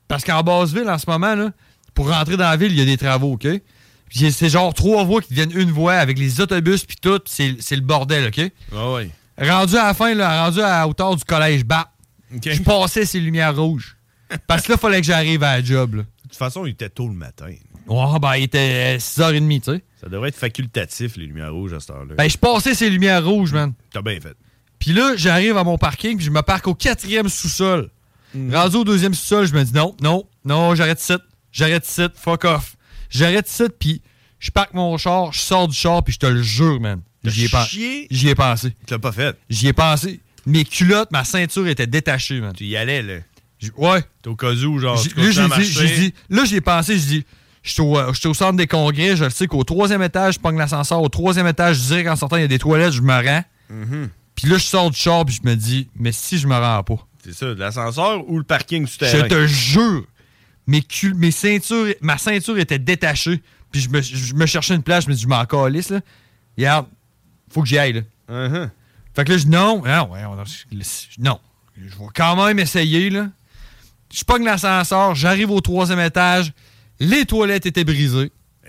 Speaker 3: Parce qu'en Basse-Ville, en ce moment, là, pour rentrer dans la ville, il y a des travaux, OK? Puis j'ai- c'est genre trois voies qui deviennent une voie avec les autobus, puis tout. puis C'est c'est le bordel, OK?
Speaker 7: Ah ouais.
Speaker 3: Rendu à la fin, là, rendu à la hauteur du collège BAP, je passais ces lumières rouges. Parce que là, fallait que j'arrive à la job, là.
Speaker 7: De toute façon, il était tôt le matin.
Speaker 3: Ouais, ben, il était euh, 6h30, tu sais.
Speaker 7: Ça devrait être facultatif, les lumières rouges à cette heure-là.
Speaker 3: Ben, je passais ces lumières rouges, man.
Speaker 7: T'as bien fait.
Speaker 3: Puis là, j'arrive à mon parking, puis je me parque au quatrième sous-sol.
Speaker 7: Hmm.
Speaker 3: Rendu au deuxième sous-sol, je me dis non, non, non, j'arrête ici. J'arrête ici, fuck off. J'arrête ici, puis je parque mon char, je sors du char, puis je te le jure, man. J'y ai, pas,
Speaker 7: chié?
Speaker 3: j'y ai pensé.
Speaker 7: Tu l'as pas fait?
Speaker 3: J'y ai pensé. Mes culottes, ma ceinture était détachée, man. Tu
Speaker 7: y allais, là?
Speaker 3: Ouais.
Speaker 7: T'es au cas où, genre,
Speaker 3: J'ai-
Speaker 7: tu
Speaker 3: Là,
Speaker 7: continues à
Speaker 3: j'ai dit,
Speaker 7: marcher.
Speaker 3: j'ai dit- là, j'ai pensé, j'ai dit, je suis au, euh, je suis au centre des congrès, je le sais qu'au troisième étage, je pogne l'ascenseur, au troisième étage, je dirais qu'en sortant, il y a des toilettes, je me rends.
Speaker 7: Mhm.
Speaker 3: Puis là, je sors du char, puis je me dis, mais si je me rends pas?
Speaker 7: C'est ça, de l'ascenseur ou le parking du
Speaker 3: Je
Speaker 7: terrain?
Speaker 3: te jure, mes cul- mes ceintures, ma ceinture était détachée, puis je me, je me cherchais une place, je me dis, je m'en calisse, là. Regarde, faut que j'y aille, là.
Speaker 7: Uh-huh.
Speaker 3: Fait que là, je dis, non, non, ouais, on a- non, je vais quand même essayer, là. Je pogne l'ascenseur, j'arrive au troisième étage, les toilettes étaient brisées.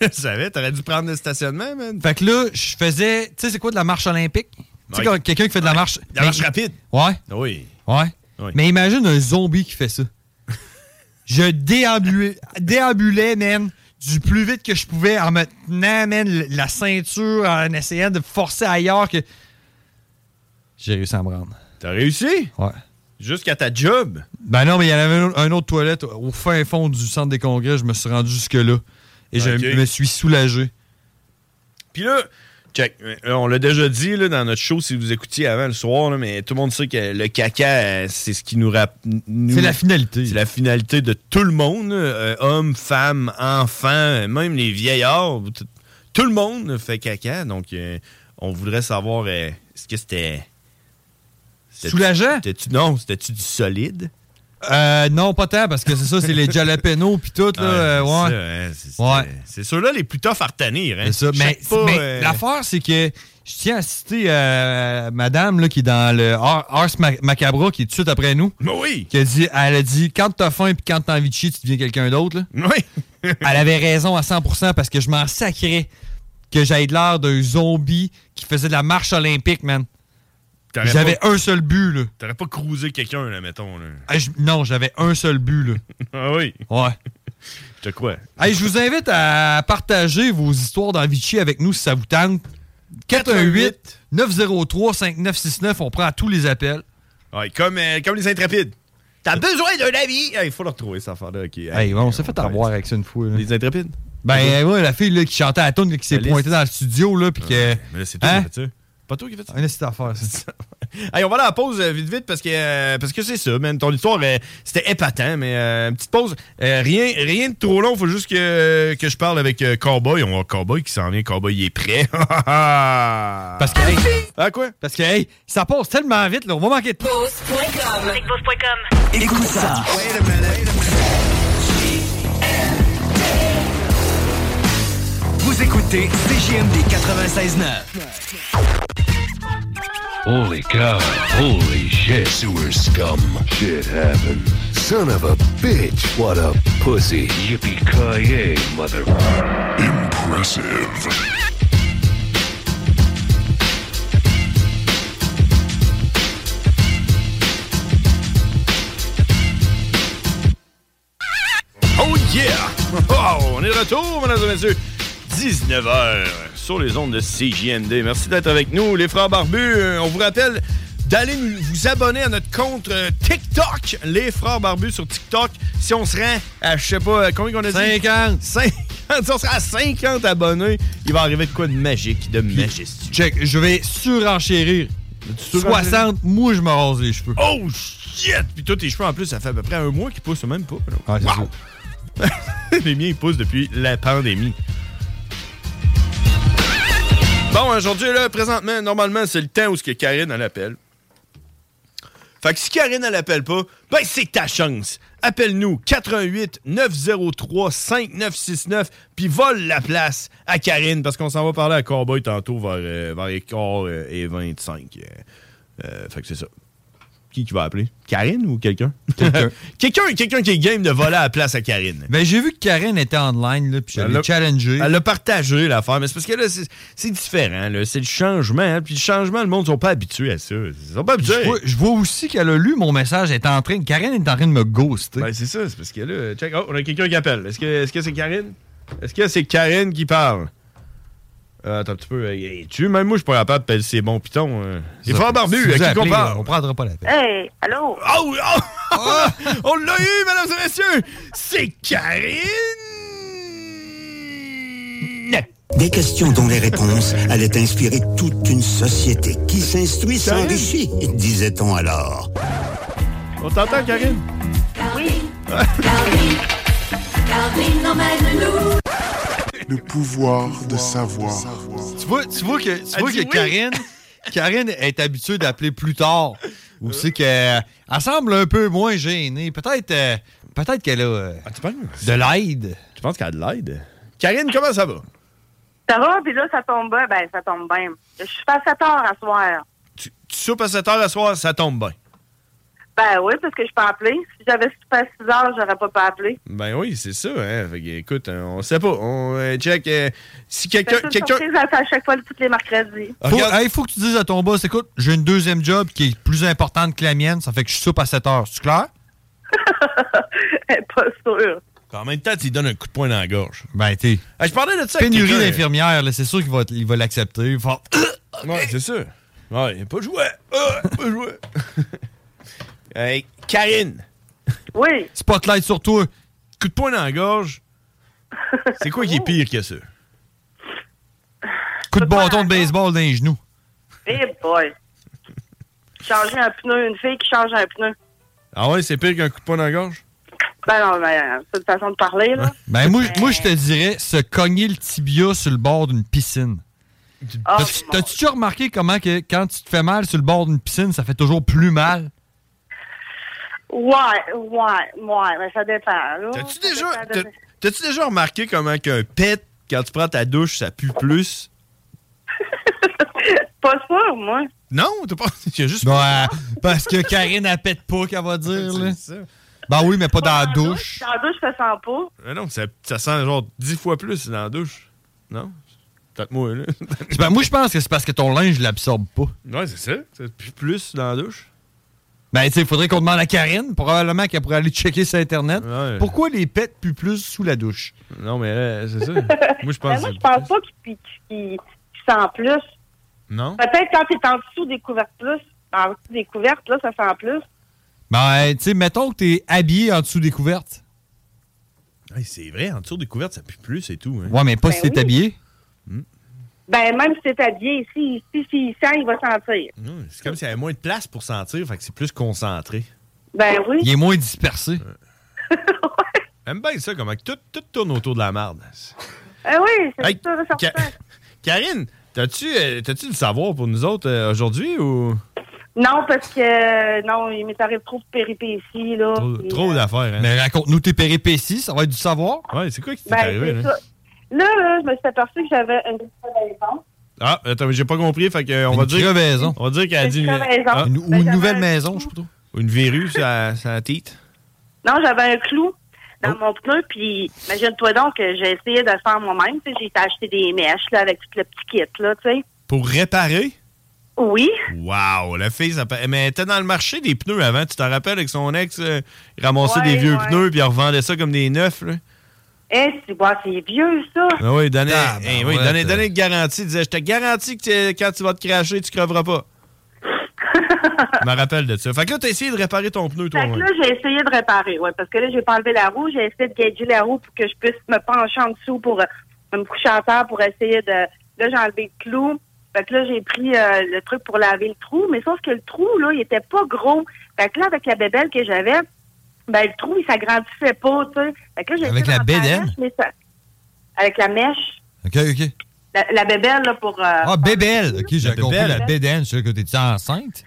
Speaker 7: Je savais, t'aurais dû prendre le stationnement, man.
Speaker 3: Fait que là, je faisais, tu sais, c'est quoi de la marche olympique? Tu sais,
Speaker 7: Ouais.
Speaker 3: quand quelqu'un qui fait de la marche.
Speaker 7: La marche rapide.
Speaker 3: Ouais.
Speaker 7: Oui.
Speaker 3: Ouais. Mais imagine un zombie qui fait ça. je déambulais, déambulais, man, du plus vite que je pouvais en me tenant, man, la ceinture, en essayant de forcer ailleurs que. J'ai réussi à me rendre.
Speaker 7: T'as réussi?
Speaker 3: Ouais.
Speaker 7: Jusqu'à ta job?
Speaker 3: Ben non, mais il y en avait un- un autre toilette au fin fond du centre des congrès. Je me suis rendu jusque-là. Et je
Speaker 7: Ok.
Speaker 3: me suis soulagé.
Speaker 7: Puis là, check, là, on l'a déjà dit là, dans notre show si vous écoutiez avant le soir, là, mais tout le monde sait que le caca, euh, c'est ce qui nous rappelle.
Speaker 3: C'est la finalité.
Speaker 7: C'est la finalité de tout le monde, là, euh, hommes, femmes, enfants, euh, même les vieillards. tout- Tout le monde fait caca, donc euh, on voudrait savoir euh, est-ce que c'était. c'était-
Speaker 3: Soulageant?
Speaker 7: c'était-tu- Non, c'était-tu du solide?
Speaker 3: Euh, non, pas tant, parce que c'est ça, c'est les jalapenos puis tout, là.
Speaker 7: Ah,
Speaker 3: euh,
Speaker 7: c'est
Speaker 3: ouais.
Speaker 7: ça, hein, c'est- c'est-
Speaker 3: Ouais.
Speaker 7: C'est ceux-là les plus tough à retenir. Hein?
Speaker 3: C'est ça.
Speaker 7: Je
Speaker 3: Mais,
Speaker 7: sais pas,
Speaker 3: mais
Speaker 7: euh,
Speaker 3: l'affaire, c'est que je tiens à citer euh, madame là, qui est dans le Ar- Ars Ma- Macabra, qui est tout de suite après nous.
Speaker 7: oui.
Speaker 3: Qui a dit, elle a dit quand t'as faim et quand t'as envie de chier, tu deviens quelqu'un d'autre. là.
Speaker 7: elle
Speaker 3: avait raison à 100% parce que je m'en sacrais que j'aille de l'air d'un zombie qui faisait de la marche olympique, man.
Speaker 7: T'aurais
Speaker 3: J'avais
Speaker 7: pas-
Speaker 3: un seul but, là.
Speaker 7: T'aurais pas cruisé quelqu'un, là, mettons. Là.
Speaker 3: Ah, je- Non, j'avais un seul but, là.
Speaker 7: Ah oui.
Speaker 3: Ouais.
Speaker 7: T'as quoi?
Speaker 3: Hey, je vous invite à partager vos histoires dans Vichy avec nous si ça vous tente. 418 903 5969, on prend tous les appels.
Speaker 7: Ouais, comme, euh, comme les intrépides. T'as besoin d'un avis! Il faut le retrouver, cette affaire-là. ok.
Speaker 3: Hey, on s'est fait avoir avec ça une fois.
Speaker 7: Les intrépides?
Speaker 3: Ben ouais, la fille là, qui chantait à la toune, là, qui s'est
Speaker 7: Alice.
Speaker 3: pointée dans le studio, là, puis que.
Speaker 7: Mais là, c'est toi
Speaker 3: Hein?
Speaker 7: qui as fait ça. Pas toi qui as fait ça.
Speaker 3: Une petite affaire, ça.
Speaker 7: Hey, on va aller à la pause euh, vite vite parce que euh, parce que c'est ça, man. Ton histoire, euh, c'était épatant, mais euh, une petite pause. Euh, rien, rien de trop long, faut juste que, que je parle avec euh, Cowboy. On va Cowboy qui s'en vient, Cowboy il est prêt. parce
Speaker 3: que hey,
Speaker 7: Ah quoi?
Speaker 3: Parce que hey, ça passe tellement vite, là, on va manquer de
Speaker 5: Écoute ça.
Speaker 11: Vous écoutez CGMD 96.9.
Speaker 13: Holy cow. Holy shit. Sewer scum. Shit happened. Son of a bitch. What a pussy. Yippee-ki-yay, mother... Impressive.
Speaker 7: Oh yeah! Oh, on est de retour, mesdames et messieurs. 19h sur les ondes de CJMD. Merci d'être avec nous, les frères barbus. Euh, On vous rappelle d'aller nous- vous abonner à notre compte euh, TikTok, les frères barbus sur TikTok. Si on se rend à, je sais pas, euh, combien qu'on a dit?
Speaker 3: 50.
Speaker 7: 50. Si on se rend à 50 abonnés, il va arriver de quoi de magique, de majestueux.
Speaker 3: Check, je vais surenchérir.
Speaker 7: surenchérir?
Speaker 3: 60, moi, je me rase les cheveux.
Speaker 7: Oh shit! Puis toi, tes cheveux en plus, ça fait à peu près un mois qu'ils poussent, même pas. là. Wow! Les miens, ils poussent depuis la pandémie. Bon, aujourd'hui, là, présentement, normalement, c'est le temps où ce que Karine, elle appelle. Fait que si Karine, elle appelle pas, ben, c'est ta chance. Appelle-nous 88 903 5969 puis vole la place à Karine parce qu'on s'en va parler à Cowboy tantôt vers, euh, vers les quarts, euh, et 25. euh. Euh, fait que c'est ça. Qui qui va appeler? Karine ou quelqu'un? Quelqu'un. quelqu'un quelqu'un qui est game de voler à la place à Karine.
Speaker 3: Ben, j'ai vu que Karen était online, là, puis je
Speaker 7: Elle l'a-
Speaker 3: l'ai challengé.
Speaker 7: Elle a partagé l'affaire, mais c'est parce que là, c'est- c'est différent. là. C'est le changement. hein. Puis le changement, le monde ne sont pas habitués à ça. Ils sont pas habitués.
Speaker 3: Je vois, je vois aussi qu'elle a lu mon message. Elle est en train, Karen est en train de me ghoster.
Speaker 7: Ben, c'est ça, c'est parce que là, check. Oh, on a quelqu'un qui appelle. Est-ce que est-ce que c'est Karine? Est-ce que c'est Karine qui parle? Euh, attends un petit peu. euh, y- Tu même moi, je suis pas capable de peler ces bons pitons. euh. Les
Speaker 3: Ça,
Speaker 7: frères
Speaker 3: si
Speaker 7: barbus,
Speaker 3: vous
Speaker 7: à qui
Speaker 3: appelez,
Speaker 7: qu'on
Speaker 3: là,
Speaker 7: parle?
Speaker 3: On prendra pas la peine.
Speaker 14: Hey, allô?
Speaker 7: Oh, oh! on l'a eu, mesdames et messieurs! C'est Karine!
Speaker 15: Des questions dont les réponses allaient inspirer toute une société qui s'instruit s'enrichit, disait-on alors.
Speaker 7: On t'entend, Karine?
Speaker 16: Carly, Carly, Carly, emmène-nous.
Speaker 17: Le pouvoir de savoir.
Speaker 3: Tu vois, tu vois que, tu
Speaker 17: Elle
Speaker 3: vois que
Speaker 17: dit oui.
Speaker 3: Karine, Karine est habituée d'appeler plus tard. Ou c'est qu'elle semble un peu moins gênée. Peut-être euh, peut-être qu'elle a euh, de l'aide.
Speaker 7: Tu penses qu'elle a de l'aide? Karine, comment ça va?
Speaker 14: Ça va, puis là, ça tombe bien. Ben, ça tombe bien. Je suis pas à 7 heures à soir.
Speaker 7: Tu soupes à 7 heures à soir, ça tombe bien.
Speaker 14: Ben oui, parce que je peux appeler. Si j'avais soupé à 6 heures, j'aurais pas pu appeler.
Speaker 7: Ben oui, c'est ça. Hein? Fait que, écoute, euh, on sait pas. On euh, check. euh, si quelqu'un.
Speaker 14: C'est une
Speaker 7: quelqu'un- Ah,
Speaker 14: surprise à à chaque fois, tous les mercredis.
Speaker 3: Faut, hey, faut que tu dises à ton boss, écoute, j'ai une deuxième job qui est plus importante que la mienne, ça fait que je soupe à 7 heures. C'est clair?
Speaker 14: pas sûr.
Speaker 7: En même temps, tu lui donnes un coup de poing dans la gorge.
Speaker 3: Ben, t'es.
Speaker 7: Ah, je parlais de ça. avec
Speaker 3: Pénurie
Speaker 7: quelqu'un, euh,
Speaker 3: d'infirmières, là, c'est sûr qu'il va, il va l'accepter. Il va faire,
Speaker 7: Ouais, c'est sûr. Ouais, il a pas joué. Ah, pas joué. hey, Karine.
Speaker 14: Oui.
Speaker 3: Spotlight sur toi.
Speaker 7: Coup de poing dans la gorge. C'est quoi qui est pire que ça?
Speaker 3: Coup de bâton de baseball dans les genoux.
Speaker 14: Hey boy. Changer un pneu, une fille qui change un pneu.
Speaker 7: Ah ouais, c'est pire qu'un coup de poing dans la gorge?
Speaker 14: Ben non, ben, c'est une façon de parler,
Speaker 7: Hein?
Speaker 14: là.
Speaker 3: Ben, moi, moi je te dirais, se cogner le tibia sur le bord d'une piscine.
Speaker 14: Ah,
Speaker 3: T'as-tu t'as-tu déjà remarqué comment que quand tu te fais mal sur le bord d'une piscine, ça fait toujours plus mal?
Speaker 14: Ouais, ouais, ouais, mais ça dépend, là.
Speaker 7: T'as-tu
Speaker 14: Ça
Speaker 7: déjà-
Speaker 14: dépend de-
Speaker 7: t'as- T'as-tu déjà remarqué comment qu'un pet, quand tu prends ta douche, ça pue plus?
Speaker 14: Pas sûr, moi.
Speaker 7: Non, t'as pas. Il y a Ah, juste.
Speaker 3: Ouais, Ben, parce que Karine, elle pète pas, qu'elle va dire. là. Ben oui, mais pas dans la douche.
Speaker 14: Dans la douche, ça sent pas.
Speaker 7: Mais Ah non, ça, ça sent genre dix fois plus dans la douche. Non? Peut-être moi, là.
Speaker 3: Ben, moi, je pense que c'est parce que ton linge l'absorbe pas.
Speaker 7: ouais, c'est ça. Ça pue plus dans la douche.
Speaker 3: Ben, tu sais, il faudrait qu'on demande à Karine, probablement qu'elle pourrait aller checker sur Internet. Pourquoi les pets puent plus sous la douche?
Speaker 7: Non, mais euh, c'est ça. moi, je
Speaker 14: Mais
Speaker 7: pense.
Speaker 14: Ben, moi, je pense pas qu'il qu'il- qu'il sent plus.
Speaker 7: Non?
Speaker 14: Peut-être quand t'es en dessous des couvertes plus. En dessous des couvertes, là, ça sent plus.
Speaker 3: Ben, tu sais, mettons que t'es habillé en dessous des couvertes.
Speaker 7: Hey, c'est vrai, en dessous des couvertes, ça pue plus et tout. hein.
Speaker 3: Ouais, mais pas
Speaker 14: Ben
Speaker 3: si t'es
Speaker 14: oui.
Speaker 3: habillé.
Speaker 14: Ben, même si t'es habillé ici, ici, s'il sent, il va sentir.
Speaker 7: Ouais, C'est comme s'il y avait moins de place pour sentir, fait que c'est plus concentré.
Speaker 14: Ben oui.
Speaker 3: est moins dispersé.
Speaker 7: J'aime bien ça, comment que tout, tout tourne autour de la marde.
Speaker 14: Eh oui, c'est
Speaker 7: Hey,
Speaker 14: ça, ça
Speaker 7: Ka- Karine, t'as-tu euh, t'as-tu du savoir pour nous autres euh, aujourd'hui ou.
Speaker 14: Non, parce que, euh, non, il m'est arrivé trop de péripéties, là. puis, euh,
Speaker 7: d'affaires, hein.
Speaker 3: Mais raconte-nous tes péripéties, ça va être du savoir.
Speaker 7: Ouais, c'est quoi qui
Speaker 14: Ben, c'est
Speaker 3: hein.
Speaker 14: ça. Là, là, je me suis aperçu que j'avais une crevaison.
Speaker 7: Ah, attends, mais j'ai pas compris, fait que euh, on va dire.
Speaker 3: crevaison.
Speaker 7: On va dire qu'elle a
Speaker 14: Une
Speaker 7: dit.
Speaker 14: crevaison. Une- ou
Speaker 3: une Ben, j'avais nouvelle un maison,
Speaker 7: je sais pas. Une verrue, ça, ça tite.
Speaker 14: Non, j'avais un clou dans mon pneu, puis imagine-toi donc que j'ai essayé de le faire moi-même. tu sais, J'ai été acheter des mèches là, avec tout le petit kit, là, tu sais.
Speaker 7: Pour réparer?
Speaker 14: Oui.
Speaker 7: Wow, la fille, ça. pa- Mais elle était dans le marché des pneus avant, tu t'en rappelles, avec son ex, euh, il ramassait
Speaker 14: Ouais,
Speaker 7: des vieux
Speaker 14: ouais.
Speaker 7: pneus, puis il revendait ça comme des neufs, là.
Speaker 14: Eh, tu vois, c'est vieux, ça.
Speaker 7: Ah oui, donnez, eh oui,
Speaker 3: ouais,
Speaker 7: donnez,
Speaker 3: t'as-
Speaker 7: donnez une garantie. Il disait, je te garantis que t'es- quand tu vas te cracher, tu creveras pas. je me rappelle de ça. Fait que là, t'as essayé de réparer ton pneu, toi. hein.
Speaker 14: Fait que là, j'ai essayé de réparer, ouais, parce que là, j'ai pas enlevé la roue, j'ai essayé de gager la roue pour que je puisse me pencher en dessous pour euh, me coucher à terre pour essayer de. Là, j'ai enlevé le clou. Fait que là, j'ai pris euh, le truc pour laver le trou, mais sauf que le trou, là, il était pas gros. Fait que là, avec la bébelle que j'avais, ben, le trou, il s'agrandissait pas, tu sais. Fait que là, j'ai
Speaker 3: Avec
Speaker 14: essayé
Speaker 3: la
Speaker 14: d'enlever
Speaker 3: bédaine?
Speaker 14: mèche, mais ça- Avec la mèche,
Speaker 3: OK, OK.
Speaker 14: la, la bébelle, là, pour. euh,
Speaker 3: Ah, bébelle. OK, j'ai compris
Speaker 14: bébelle.
Speaker 3: la bédaine, c'est là que t'es enceinte.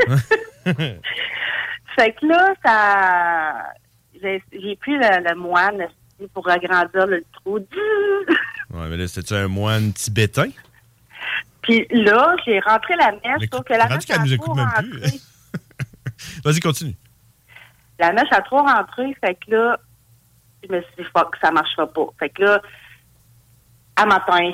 Speaker 14: Fait que là, ça. J'ai j'ai pris le, le moine esti, pour agrandir le trou.
Speaker 7: Ouais, mais là, c'était-tu un moine tibétain?
Speaker 14: Puis là, j'ai rentré la mèche,
Speaker 7: Écoute,
Speaker 14: sauf que la
Speaker 7: rendu
Speaker 14: mèche
Speaker 7: qu'elle
Speaker 14: a
Speaker 7: nous
Speaker 14: trop
Speaker 7: écoute même plus.
Speaker 14: rentré.
Speaker 7: Vas-y, continue.
Speaker 14: La mèche a trop rentré, fait que là, je me suis dit, fuck, ça marchera pas. Fait que là, à matin,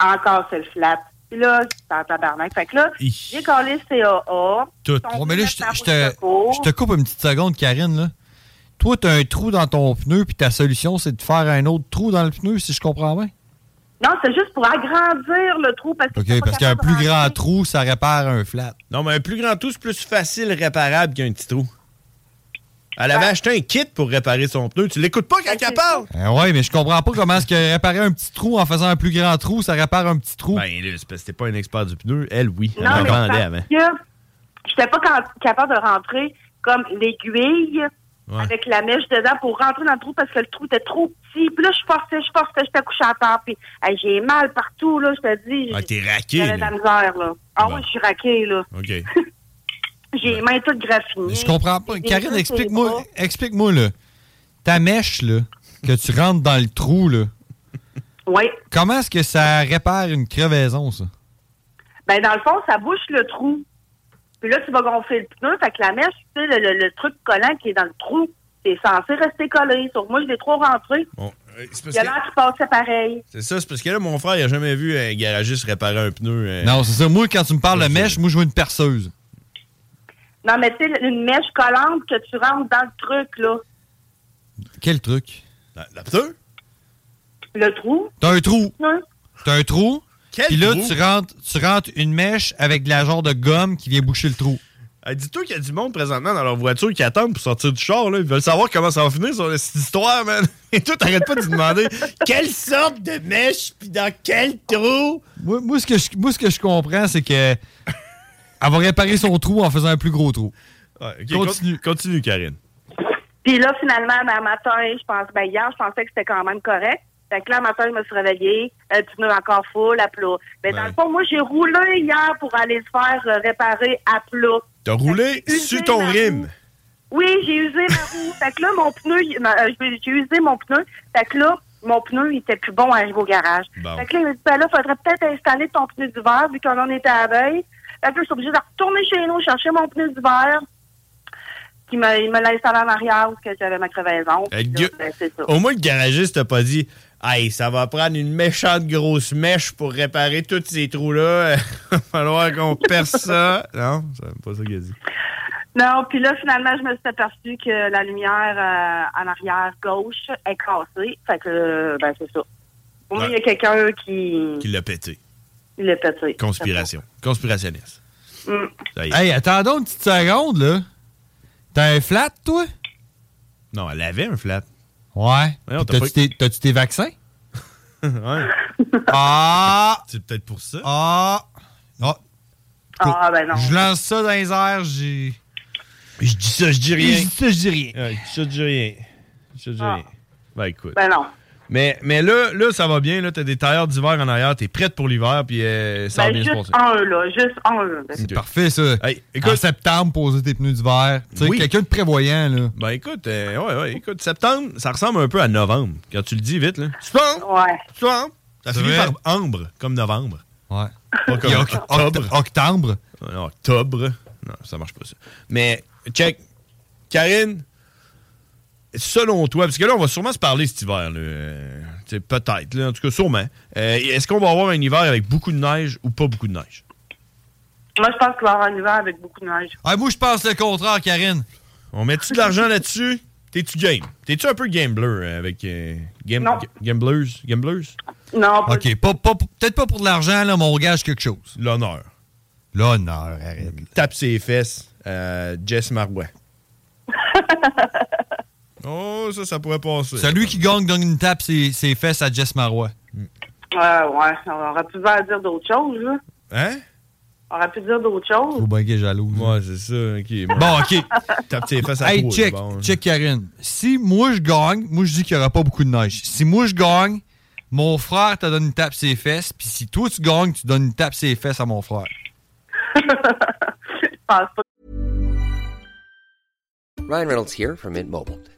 Speaker 14: encore c'est le flap. Puis là, c'est en tabarnak. Fait que là, j'ai collé CAA.
Speaker 3: Tout.
Speaker 14: Ils sont
Speaker 3: Oh, mais là,
Speaker 14: venus
Speaker 3: je te,
Speaker 14: à
Speaker 3: je
Speaker 14: la route
Speaker 3: te-
Speaker 14: de secours.
Speaker 3: je te coupe une petite seconde, Karine. Là. Toi, t'as un trou dans ton pneu, puis ta solution, c'est de faire un autre trou dans le pneu, si je comprends bien.
Speaker 14: Non, c'est juste pour agrandir le trou parce que.
Speaker 3: OK, parce qu'un plus grand trou, ça répare un flat.
Speaker 7: Non, mais un plus grand trou, c'est plus facile réparable qu'un petit trou. Elle avait acheté un kit pour réparer son pneu. Tu l'écoutes pas quand elle parle?
Speaker 3: Eh ouais, mais je comprends pas comment est-ce que réparer un petit trou en faisant un plus grand trou, ça répare un petit trou.
Speaker 7: Ben, là, c'est parce que t'es pas un expert du pneu. Elle, oui. Elle
Speaker 14: Non,
Speaker 7: en
Speaker 14: mais
Speaker 7: vendait
Speaker 14: parce
Speaker 7: avant.
Speaker 14: que j'étais pas ca- capable de rentrer comme l'aiguille
Speaker 7: Ouais.
Speaker 14: avec la mèche dedans pour rentrer dans le trou parce que le trou était trop petit. Puis là, je forçais, je forçais, j'étais couché à terre. Puis hey, j'ai mal partout, là, je te dis.
Speaker 7: Ah, t'es raqué,
Speaker 14: J'avais de la
Speaker 7: là.
Speaker 14: misère, là. Ah oui, je suis raquée, là.
Speaker 7: OK.
Speaker 14: J'ai les mains toutes graffinées.
Speaker 3: Je comprends pas.
Speaker 14: J'ai des
Speaker 3: Karine,
Speaker 14: trucs sur
Speaker 3: explique-moi,
Speaker 14: les bras.
Speaker 3: explique-moi, là. Ta mèche, là, que tu rentres dans le trou, là.
Speaker 14: Oui.
Speaker 3: Comment est-ce que ça répare une crevaison, ça?
Speaker 14: Ben, dans le fond, ça bouche le trou. Puis là, tu vas gonfler le pneu. Fait que la mèche, tu sais, le, le- le truc collant qui est dans le trou, c'est censé rester collé. Sauf que moi, je l'ai trop rentré.
Speaker 7: Bon, euh, c'est
Speaker 14: Il
Speaker 7: parce
Speaker 14: y a
Speaker 7: que-
Speaker 14: l'air qui passait pareil.
Speaker 7: C'est ça, c'est parce que là, mon frère, il a jamais vu un garagiste réparer un pneu. euh,
Speaker 3: Non, c'est ça. Moi, quand tu me parles de mèche, moi, je veux une perceuse.
Speaker 14: Non, mais tu sais, une mèche collante que tu rentres dans le truc, là.
Speaker 3: Quel truc?
Speaker 7: La, pneu?
Speaker 14: Le trou.
Speaker 3: T'as un trou.
Speaker 14: Non.
Speaker 3: T'as un trou.
Speaker 7: Quel
Speaker 3: Puis là,
Speaker 7: trou?
Speaker 3: tu rentres, tu rentres une mèche avec de la genre de gomme qui vient boucher le trou.
Speaker 7: Euh, Dis-toi qu'il y a du monde présentement dans leur voiture qui attendent pour sortir du char. Là. Ils veulent savoir comment ça va finir sur cette histoire, man. Et toi, t'arrêtes pas de te demander quelle sorte de mèche puis dans quel trou.
Speaker 3: Moi, moi, ce, que je, moi, ce que je comprends, c'est que elle va réparer son trou en faisant un plus gros trou.
Speaker 7: ok, continue. Continue, Karine.
Speaker 14: Puis là, finalement, ben, matin, je pense, ben, hier, je pensais que c'était quand même correct. Fait que là, matin, je me suis réveillée, euh, le pneu encore full, à plat. Mais dans
Speaker 7: Ouais.
Speaker 14: le fond, moi, j'ai roulé hier pour aller se faire euh, réparer à plat.
Speaker 7: T'as roulé sur ton rime.
Speaker 14: Oui, j'ai usé ma roue. fait que là, mon pneu, il- ma- euh, j'ai j'ai usé mon pneu. Fait que là, mon pneu, il était plus bon à arriver au garage.
Speaker 16: Bon.
Speaker 14: Fait que là, il m'a dit, ben là, faudrait peut-être installer ton pneu d'hiver, vu qu'on en était à la veille. Fait que là, je suis obligée de retourner chez nous, chercher mon pneu d'hiver. Qui me, il me l'a installé en arrière, parce que j'avais ma crevaison.
Speaker 7: Euh,
Speaker 14: Puis là,
Speaker 7: Gu-
Speaker 14: ben, c'est ça.
Speaker 7: Au moins, le garagiste t'a pas dit Hey, ça va prendre une méchante grosse mèche pour réparer tous ces trous-là. Il va falloir qu'on perce ça. Non, c'est pas ça qu'il a dit.
Speaker 14: Non, puis là, finalement, je me suis aperçue que la lumière euh, en arrière gauche est cassée. Fait que, euh, ben, c'est ça. Au moins, il y a quelqu'un qui
Speaker 7: Qu'il l'a pété.
Speaker 14: l'a pété.
Speaker 7: Conspiration. Conspirationniste.
Speaker 14: Mm.
Speaker 7: Ça y est.
Speaker 3: Hey, attends donc une petite seconde, là. T'as un flat, toi?
Speaker 7: Non, elle avait un flat.
Speaker 3: Ouais.
Speaker 7: Voyons,
Speaker 3: Puis
Speaker 7: t'as
Speaker 3: T'as-tu tes, t'as-tu tes vaccins?
Speaker 7: ouais.
Speaker 3: Ah!
Speaker 7: C'est peut-être pour ça.
Speaker 3: Ah! Ah!
Speaker 14: Ah, ben non.
Speaker 3: Je lance ça dans les airs, j'ai...
Speaker 7: Je dis ça, je dis rien.
Speaker 3: Je dis ça, je dis rien.
Speaker 7: Ouais, je te dis rien. Je te dis
Speaker 3: Ah.
Speaker 7: rien. Ben écoute.
Speaker 14: Ben non.
Speaker 7: Mais, mais là, là, ça va bien. Là, t'as des tailleurs d'hiver en arrière. T'es prête pour l'hiver, puis euh, ça va
Speaker 14: Ben,
Speaker 7: bien se
Speaker 14: juste
Speaker 7: passer.
Speaker 14: un, là. Juste un. là.
Speaker 3: C'est parfait, ça.
Speaker 7: écoute-
Speaker 3: en septembre, poser tes pneus d'hiver. Tu sais,
Speaker 7: Oui.
Speaker 3: quelqu'un de prévoyant, là.
Speaker 7: Ben écoute, euh, ouais, ouais, écoute, septembre, ça ressemble un peu à novembre. Quand tu le dis vite, là. Septembre,
Speaker 14: Ouais.
Speaker 7: septembre. Ça
Speaker 3: C'est
Speaker 7: finit
Speaker 3: vrai.
Speaker 7: par ambre, comme novembre.
Speaker 3: Ouais.
Speaker 7: Pas comme
Speaker 3: Et oc-
Speaker 7: octobre.
Speaker 3: Octobre.
Speaker 7: Non, octobre. Non, ça marche pas ça. Mais check. Karine, selon toi, parce que là, on va sûrement se parler cet hiver, là. euh, tu sais, peut-être, là, en tout cas, sûrement. Euh, Est-ce qu'on va avoir un hiver avec beaucoup de neige ou pas beaucoup de neige?
Speaker 14: Moi, je pense qu'il va y avoir un hiver avec beaucoup de neige.
Speaker 3: Ah, moi, je pense le contraire, Karine.
Speaker 7: On met-tu de l'argent là-dessus? T'es-tu game? T'es-tu un peu gambler euh, avec euh, game,
Speaker 14: Non.
Speaker 7: ga- gamblers? Gamblers?
Speaker 14: Non, pas
Speaker 3: OK, pas- pas- peut-être pas pour de l'argent, là, mais on gage quelque chose.
Speaker 7: L'honneur.
Speaker 3: L'honneur, arrête.
Speaker 7: Tape ses fesses, euh, Jess Marois. oh, ça, ça pourrait passer.
Speaker 3: Celui qui gagne donne une tape ses, ses fesses à Jess Marois.
Speaker 14: Ouais, ouais. On aurait pu faire dire d'autres choses, là.
Speaker 7: Hein?
Speaker 14: On aurait pu dire d'autres choses.
Speaker 3: Au baguette jaloux.
Speaker 7: Ouais, c'est ça. OK.
Speaker 3: Bon, OK.
Speaker 7: Tape ses fesses à
Speaker 3: hey,
Speaker 7: toi,
Speaker 3: check,
Speaker 7: bon.
Speaker 3: check, Karine. Si moi, je gagne, moi, je dis qu'il n'y aura pas beaucoup de neige. Si moi, je gagne, mon frère te donne une tape ses fesses. Puis si toi, tu gagnes, tu donnes une tape ses fesses à mon frère.
Speaker 18: Ryan Reynolds here from Mint Mobile.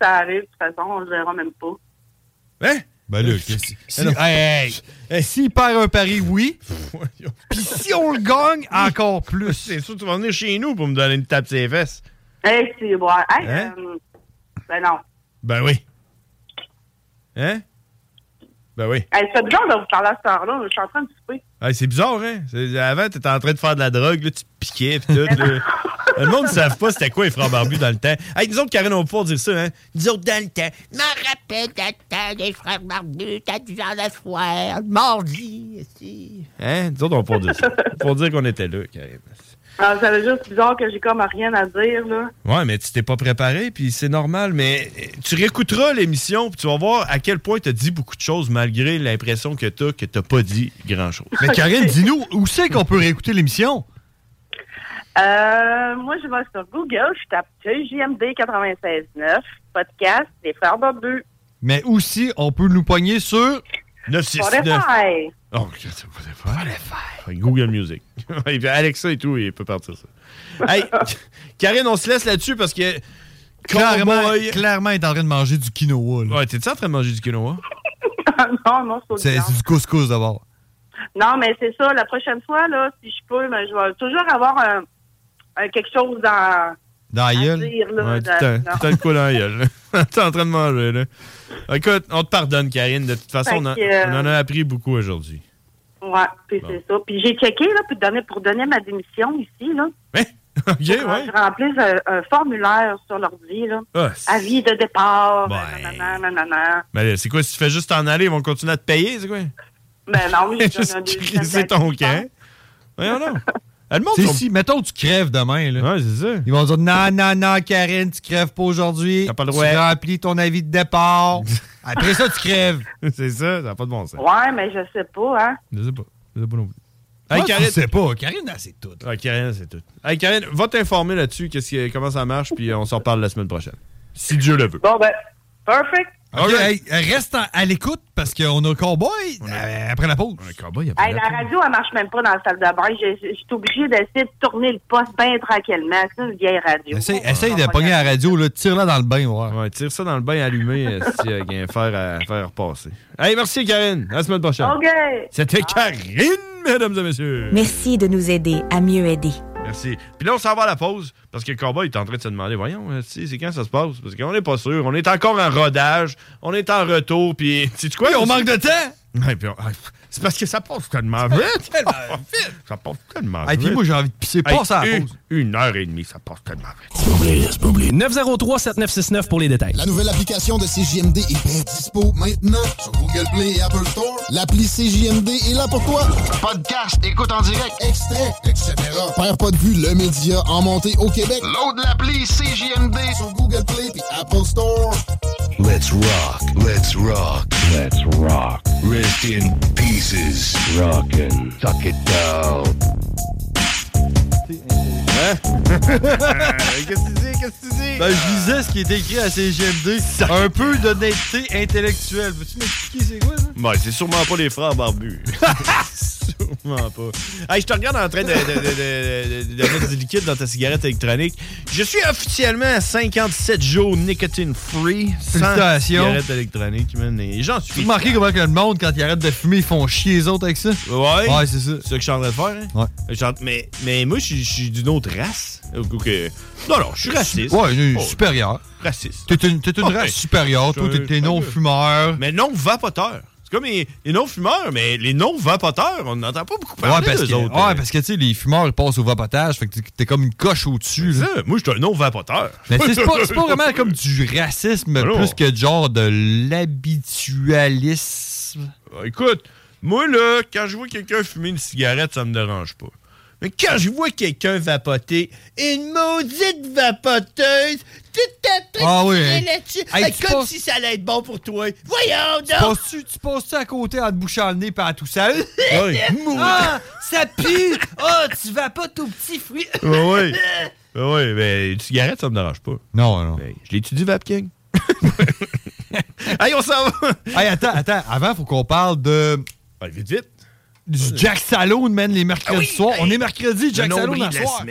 Speaker 14: Ça arrive, de toute façon, on le verra même pas.
Speaker 3: Hein? Ben là, qu'est-ce que-
Speaker 7: Eh
Speaker 3: si, hey, hey, hey, s'il perd un pari, oui. Puis si on le gagne, encore plus.
Speaker 7: C'est sûr que tu vas venir chez nous pour me donner une tape sur les fesses.
Speaker 14: Hey, c'est bon. Hey,
Speaker 7: Hein?
Speaker 14: euh, ben non.
Speaker 7: Ben oui. Hein? Ben oui.
Speaker 14: Hey, c'est bizarre de vous parler à cette heure-là. Je suis en train de souper.
Speaker 7: Hey, c'est bizarre, hein? C'est- Avant, t'étais en train de faire de la drogue, là, tu te piquais, pis tout. là. Le monde ne savent pas c'était quoi les frères barbus dans le temps. Hey, nous autres, Karine, on va pouvoir dire ça, hein? Nous autres, dans le temps.
Speaker 16: M'en rappelle ta tête des frères barbus, t'as du genre de soir, mardi, ici.
Speaker 7: Hein? Nous autres, on va pouvoir dire ça. Pour dire qu'on était là, Karine.
Speaker 14: Alors, Ah, ça veut juste bizarre que j'ai comme rien à dire, là.
Speaker 7: Ouais, mais tu t'es pas préparé, puis c'est normal. Mais euh, tu réécouteras l'émission, puis tu vas voir à quel point t'as dit beaucoup de choses malgré l'impression que t'as que t'as pas dit grand-chose.
Speaker 3: Mais Karine, dis-nous, où c'est qu'on peut réécouter l'émission?
Speaker 14: Euh, moi, je vais sur Google, je tape JMD 96.9, podcast, les frères barbus.
Speaker 3: Mais aussi, on peut nous pogner sur...
Speaker 14: ben,
Speaker 7: 969.
Speaker 14: Spotify.
Speaker 7: Oh, regarde, ça va pas. Ouais, Google Music. Et puis Alexa et tout, il peut partir ça. Hey, Karine, on se laisse là-dessus parce que.
Speaker 3: Clairement,
Speaker 7: Cowboy-
Speaker 3: clairement, elle est en train de manger du quinoa.
Speaker 7: Ouais, t'es-tu en train de manger du quinoa?
Speaker 14: Ah, non, non, c'est
Speaker 3: C'est
Speaker 14: autre
Speaker 3: c'est du couscous d'abord.
Speaker 14: Non, mais c'est ça. La prochaine fois, là, si je peux, ben, je vais toujours avoir un, un quelque chose dans.
Speaker 3: Dans la gueule?
Speaker 14: dire, là,
Speaker 7: Ouais,
Speaker 14: de-
Speaker 7: t'as
Speaker 14: non.
Speaker 7: t'as de quoi dans la gueule, là. T'es en train de manger, là. Écoute, on te pardonne, Karine. De toute façon,
Speaker 14: Fait
Speaker 7: on, en-
Speaker 14: que, euh,
Speaker 7: on en a appris beaucoup aujourd'hui.
Speaker 14: Ouais, puis
Speaker 7: Bon.
Speaker 14: c'est ça. Puis j'ai checké, là, pour donner, pour donner ma démission ici, là. euh,
Speaker 7: OK, ouais.
Speaker 14: Je remplis un, un formulaire sur l'ordi, là.
Speaker 7: Ah, c'est-
Speaker 14: Avis de départ,
Speaker 7: Ben.
Speaker 14: nanana, nanana.
Speaker 7: Mais là, c'est quoi, si tu fais juste t'en aller, ils vont continuer à te payer, c'est quoi?
Speaker 14: Ben non, j'ai donné un
Speaker 7: Juste
Speaker 14: deuxième
Speaker 7: crisser ton camp. Voyons donc. Ah, le monde
Speaker 3: C'est
Speaker 7: sont-
Speaker 3: si, mettons, tu crèves demain. Là.
Speaker 7: Ouais, c'est ça.
Speaker 3: Ils vont dire non, non, non, Karine, tu crèves pas aujourd'hui. T'as pas
Speaker 7: le droit.
Speaker 3: Tu remplis ton avis de départ. Après ça, tu crèves.
Speaker 7: c'est ça, ça n'a pas de bon sens.
Speaker 14: Ouais, mais je sais pas, hein.
Speaker 7: Je sais pas. Je sais pas non plus.
Speaker 3: Moi, je
Speaker 7: Karine-
Speaker 3: sais pas. Karine, elle, c'est tout.
Speaker 7: Ah, Karine, c'est tout. Hey, Karine, va t'informer là-dessus, qu'est-ce qui- comment ça marche, puis on s'en reparle la semaine prochaine. Si Dieu le veut.
Speaker 14: Bon, ben, perfect.
Speaker 3: Ok, hey, reste en- à l'écoute parce qu'on a le cowboy euh, après la pause. On a le
Speaker 7: cowboy
Speaker 14: Hey, la radio, elle marche même pas dans la salle de bain. Je je- je suis obligée d'essayer de tourner le poste bien tranquillement. C'est une vieille radio.
Speaker 3: Essaye, essaye
Speaker 14: Ah,
Speaker 3: de pogner la radio, là, tire-la dans le bain. Ouais.
Speaker 7: Ouais, tire ça dans le bain allumé euh, si euh, qu'il y a un fer à faire repasser. Hey, merci Karine. À la semaine prochaine.
Speaker 14: OK.
Speaker 7: C'était Karine, mesdames et messieurs.
Speaker 19: Merci de nous aider à mieux aider.
Speaker 7: Merci. Puis là, on s'en va à la pause parce que Cowboy est en train de se demander voyons, euh, si, c'est quand ça se passe Parce qu'on n'est pas sûr. On est encore en rodage. On est en retour. Puis, tu quoi
Speaker 3: Oui, on manque de temps.
Speaker 7: Ouais, puis on- ah, C'est parce que ça passe tellement vite. Ça passe tellement
Speaker 3: Hey,
Speaker 7: vite.
Speaker 3: puis moi, j'ai envie de pisser.
Speaker 7: Hey,
Speaker 3: Passe à la
Speaker 7: une-
Speaker 3: pause.
Speaker 7: Une heure et demie, ça passe tellement vite.
Speaker 10: 903-7969 pour les détails.
Speaker 12: La nouvelle application de CJMD est bien dispo maintenant sur Google Play et Apple Store. L'appli CJMD est là pour toi. Podcast, écoute en direct, extrait, etc. Père pas de vue, le média en montée au Québec. Load l'appli CJMD sur Google Play et Apple Store.
Speaker 13: Let's rock. Let's rock. Let's rock. Rest in pieces. Rockin'. Tuck it down.
Speaker 7: Hein? Qu'est-ce que tu dis? Qu'est-ce que tu dis?
Speaker 3: Ben, je lisais ce qui était écrit à CGMD. Un peu d'honnêteté intellectuelle. Peux-tu m'expliquer c'est quoi, ça?
Speaker 7: Ouais, c'est sûrement pas les frères barbus. sûrement pas. Hey, je te regarde en train de, de- de- de- de- de mettre du liquide dans ta cigarette électronique. Je suis officiellement à 57 jours nicotine free. Sans
Speaker 3: Félicitations.
Speaker 7: cigarette électronique, man. Et j'en suis.
Speaker 3: Tu remarqué comment que le monde, quand ils arrêtent de fumer, ils font chier les autres avec ça?
Speaker 7: Ouais.
Speaker 3: Ouais, c'est ça.
Speaker 7: C'est ça que je suis en train de faire, hein?
Speaker 3: Ouais.
Speaker 7: Je suis en- Mais, mais moi, je suis- je suis d'une autre race. Ou que- Non, non, je suis raciste.
Speaker 3: Ouais, je suis
Speaker 7: Oh,
Speaker 3: supérieur.
Speaker 7: Raciste.
Speaker 3: T'es une, t'es une
Speaker 7: Ouais.
Speaker 3: race supérieure. Toi,
Speaker 7: Ah, ben, Je-
Speaker 3: t'es- t'es non-fumeur.
Speaker 7: Mais non-vapoteurs. C'est comme les, les non-fumeurs, mais les non-vapoteurs, on n'entend pas beaucoup
Speaker 3: Ouais,
Speaker 7: parler
Speaker 3: parce
Speaker 7: d'eux
Speaker 3: que,
Speaker 7: autres.
Speaker 3: ouais, parce que, tu sais, les fumeurs, ils passent au vapotage. Fait que t'es- t'es comme une coche au-dessus. là.
Speaker 7: Moi, je suis un non-vapoteur.
Speaker 3: Mais tu sais, c'est pas, c'est pas vraiment comme du racisme,
Speaker 7: Ben non.
Speaker 3: plus que de genre de l'habitualisme.
Speaker 7: Euh, Écoute, moi, là, quand je vois quelqu'un fumer une cigarette, ça me dérange pas. Mais quand je vois quelqu'un vapoter, une maudite vapoteuse, tout à fait
Speaker 3: Ah oui,
Speaker 7: tirée
Speaker 3: hein.
Speaker 7: là-dessus,
Speaker 3: Hey,
Speaker 7: hey,
Speaker 3: tu
Speaker 7: comme
Speaker 3: penses-
Speaker 7: si ça allait être bon pour toi. Voyons
Speaker 3: Tu
Speaker 7: donc!
Speaker 3: passes-tu tu passes-tu à côté en te bouchant le nez par tout seul?
Speaker 7: Oui.
Speaker 3: Ah, ça pue! Ah, tu vas pas tout petit fruit!
Speaker 7: Ben oui. Ben oui, mais une cigarette, ça me dérange pas. Ben,
Speaker 3: Non, non.
Speaker 7: je l'étudie, Vapking. hey, on s'en va!
Speaker 3: hey, attends, attends. Avant, faut qu'on parle de.
Speaker 7: vite, vite.
Speaker 3: Du Jack Salone, man, les
Speaker 7: Ah
Speaker 3: mercredis soirs.
Speaker 7: ben,
Speaker 3: On est mercredi, Jack
Speaker 7: Le
Speaker 3: Salone,
Speaker 7: nombril
Speaker 3: la
Speaker 7: de la
Speaker 3: soir.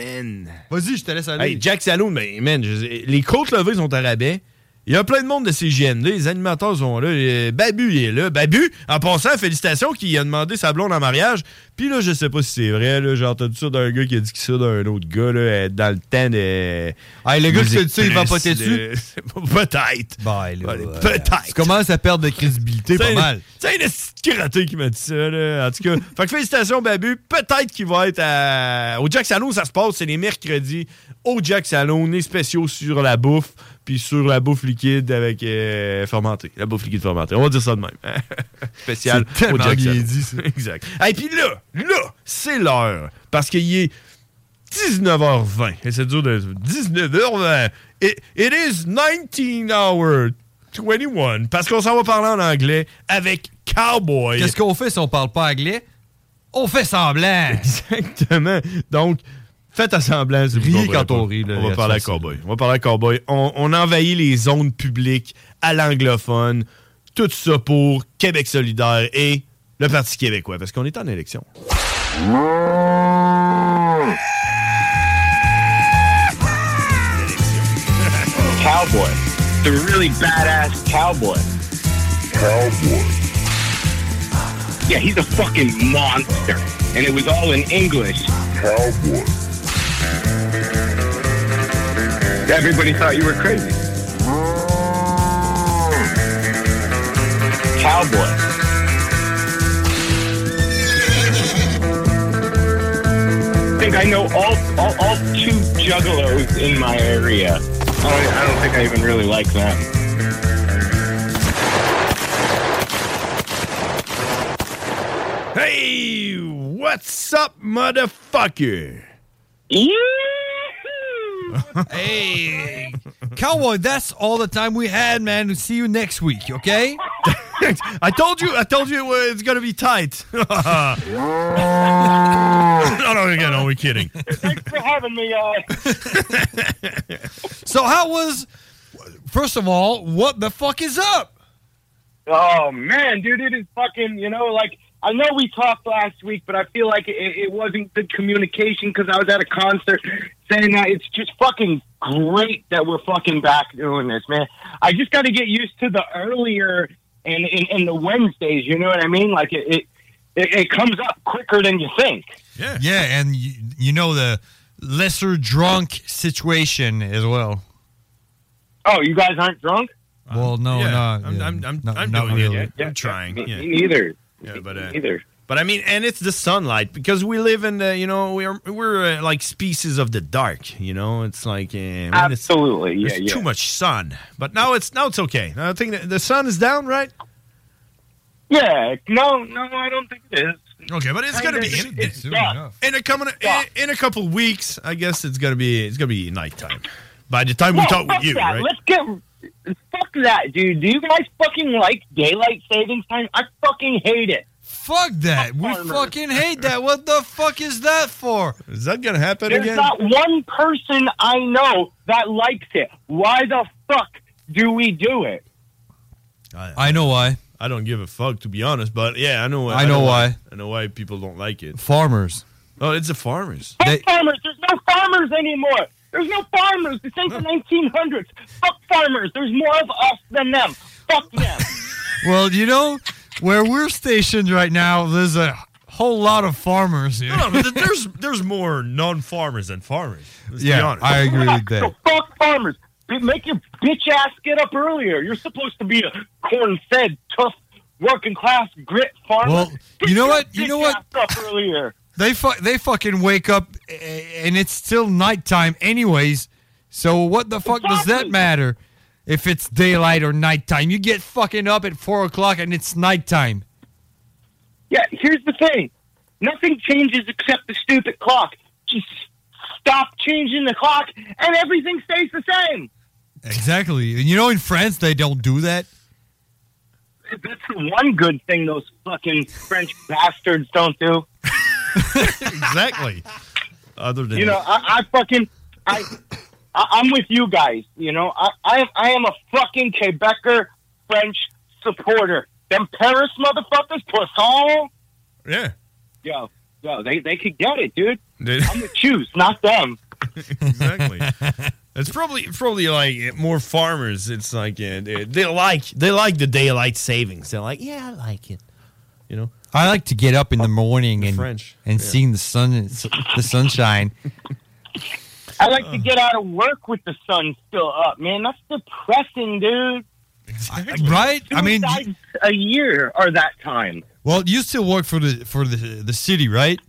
Speaker 3: Vas-y, je te laisse aller.
Speaker 7: Hey, Jack Salone, mais man, je- les côtes levées sont à rabais. Il y a plein de monde de CGMD, les animateurs sont là, euh, Babu il est là. Babu, en passant, félicitations qui a demandé sa blonde en mariage. Puis là, je sais pas si c'est vrai, là, j'ai entendu ça d'un gars qui a dit que ça d'un autre gars là, euh, dans le temps de. euh,
Speaker 3: le gars qui s'est dit ça, il va voter dessus?
Speaker 7: Peut-être. Allez, Peut-être.
Speaker 3: Tu commences à perdre de crédibilité pas
Speaker 7: C'est-
Speaker 3: mal.
Speaker 7: C'est une petite curottée qui m'a dit ça, là. En tout cas, fait que félicitations, Babu. Peut-être qu'il va être à- au Jack Saloon, ça se passe. C'est les mercredis au Jack Saloon, les spéciaux sur la bouffe, puis sur la bouffe liquide avec euh, fermentée. La bouffe liquide fermentée. On va dire ça de même. Spécial
Speaker 3: C'est
Speaker 7: au
Speaker 3: tellement
Speaker 7: Jack
Speaker 3: bien
Speaker 7: Saloon.
Speaker 3: dit, ça.
Speaker 7: exact. Et puis là, là, c'est l'heure. Parce qu'il est 19h20. Et c'est dur de. 19h20. It, it is 19h21. Parce qu'on s'en va parler en anglais avec Cowboy.
Speaker 3: Qu'est-ce qu'on fait si on parle pas anglais? On fait semblant!
Speaker 7: Exactement. Donc, faites à semblant. si vous
Speaker 3: Riez
Speaker 7: comprenez
Speaker 3: quand
Speaker 7: pas.
Speaker 3: on rit, là,
Speaker 7: on va
Speaker 3: là,
Speaker 7: parler à
Speaker 3: ça, c'est-
Speaker 7: Cowboy. On va parler à Cowboy. On, on envahit les zones publiques à l'anglophone. Tout ça pour Québec solidaire et le Parti québécois. Parce qu'on est en élection.
Speaker 5: Cowboy. The really badass cowboy. Cowboy. Yeah, he's a fucking monster. And it was all in English. Cowboy. Everybody thought you were crazy. Cowboy. I think I know all, all, all two juggalos in my area. I don't, I don't think I even really like them.
Speaker 7: Hey, what's up, motherfucker?
Speaker 3: hey, Cowboy, that's all the time we had, man. We'll see you next week, okay?
Speaker 7: I told you, I told you uh, it's gonna be tight. no, no, no, no, we're kidding.
Speaker 5: Thanks for having me, uh,
Speaker 3: So how was? First of all, what the fuck is up?
Speaker 5: Oh man, dude, it is fucking. You know, like I know we talked last week, but I feel like it, it wasn't good communication because I was at a concert saying that it's just fucking great that we're fucking back doing this, man. I just got to get used to the earlier and and, and the Wednesdays. You know what I mean? Like it. it it, it comes up quicker than you think.
Speaker 3: Yeah, yeah, and you, you know the lesser drunk situation as well.
Speaker 5: Oh, you guys aren't drunk?
Speaker 3: Well, no,
Speaker 7: Uh, yeah,
Speaker 3: no,
Speaker 7: I'm-
Speaker 3: yeah,
Speaker 7: I'm- I'm-
Speaker 3: not-
Speaker 7: I'm
Speaker 3: not
Speaker 7: doing it.
Speaker 3: really.
Speaker 7: Yeah, I'm trying.
Speaker 5: Me-
Speaker 7: yeah.
Speaker 5: me neither.
Speaker 7: Yeah, but uh,
Speaker 5: neither.
Speaker 7: But I mean, and it's the sunlight because we live in the, you know, we're we're uh, like species of the dark. You know, it's like uh, man, it's-
Speaker 5: Absolutely, yeah,
Speaker 7: there's
Speaker 5: yeah.
Speaker 7: too much sun. But now it's now it's okay. I think the, the sun is down, right?
Speaker 5: Yeah, no, no, I don't think it is.
Speaker 7: Okay, but it's
Speaker 5: Kinda.
Speaker 7: gonna be in,
Speaker 5: It's
Speaker 7: in-
Speaker 5: soon enough.
Speaker 7: in a coming in, in a couple weeks. I guess it's gonna be it's gonna be nighttime. By the time
Speaker 5: No,
Speaker 7: we talk
Speaker 5: fuck
Speaker 7: with you,
Speaker 5: that.
Speaker 7: right?
Speaker 5: Let's get fuck that, dude. Do you guys fucking like daylight savings time? I fucking hate it.
Speaker 3: Fuck that. We fucking hate that. What the fuck is that for?
Speaker 7: Is that gonna happen
Speaker 5: There's
Speaker 3: again?
Speaker 5: not one person I know that likes it. Why the fuck do we do it?
Speaker 3: I know why.
Speaker 7: I don't give a fuck to be honest, but yeah, I know.
Speaker 3: I know why.
Speaker 7: I know why people don't like it.
Speaker 3: Farmers.
Speaker 7: Oh, it's the farmers.
Speaker 5: Fuck farmers. There's no farmers anymore. There's no farmers. This ain't the 1900s. Fuck farmers. There's more of us than them. Fuck them.
Speaker 3: Well, you know where we're stationed right now. There's a whole lot of farmers here.
Speaker 7: No, but there's there's more non-farmers than farmers. Let's be
Speaker 3: yeah,
Speaker 7: honest.
Speaker 3: I agree with that.
Speaker 5: So fuck farmers. Make your bitch ass get up earlier. You're supposed to be a corn-fed, tough, working class grit farmer.
Speaker 3: Well,
Speaker 5: Get
Speaker 3: you know
Speaker 5: your
Speaker 3: what? You
Speaker 5: bitch
Speaker 3: know what?
Speaker 5: ass Up earlier.
Speaker 3: They fu- they fucking wake up a- and it's still nighttime anyways. So what the fuck does that matter if it's daylight or nighttime? You get fucking up at four o'clock and it's nighttime.
Speaker 5: Yeah, here's the thing. Nothing changes except the stupid clock. just stop changing the clock and everything stays the same.
Speaker 3: Exactly. And you know, in France, they don't do that.
Speaker 5: That's the one good thing those fucking French bastards don't do.
Speaker 7: exactly. Other than
Speaker 5: You know, I, I fucking I, I I'm with you guys. You know, I I, I am a fucking Quebecer French supporter. Them Paris motherfuckers, poisson.
Speaker 7: yeah,
Speaker 5: Yo, yo, they they could get it, dude. I'm the Jews, not them.
Speaker 7: exactly. It's probably probably like uh, more farmers. It's like uh, they, they like they like the daylight savings. They're like, yeah, I like it. You know,
Speaker 3: I like to get up in the morning and
Speaker 7: French,
Speaker 3: and
Speaker 7: yeah.
Speaker 3: seeing the sun, the sunshine.
Speaker 5: I like
Speaker 3: Uh.
Speaker 5: to get out of work with the sun still up, man. That's depressing, dude.
Speaker 3: right? I mean,
Speaker 5: Suicides a year or that time.
Speaker 3: Well, you still work for the for the the city, right?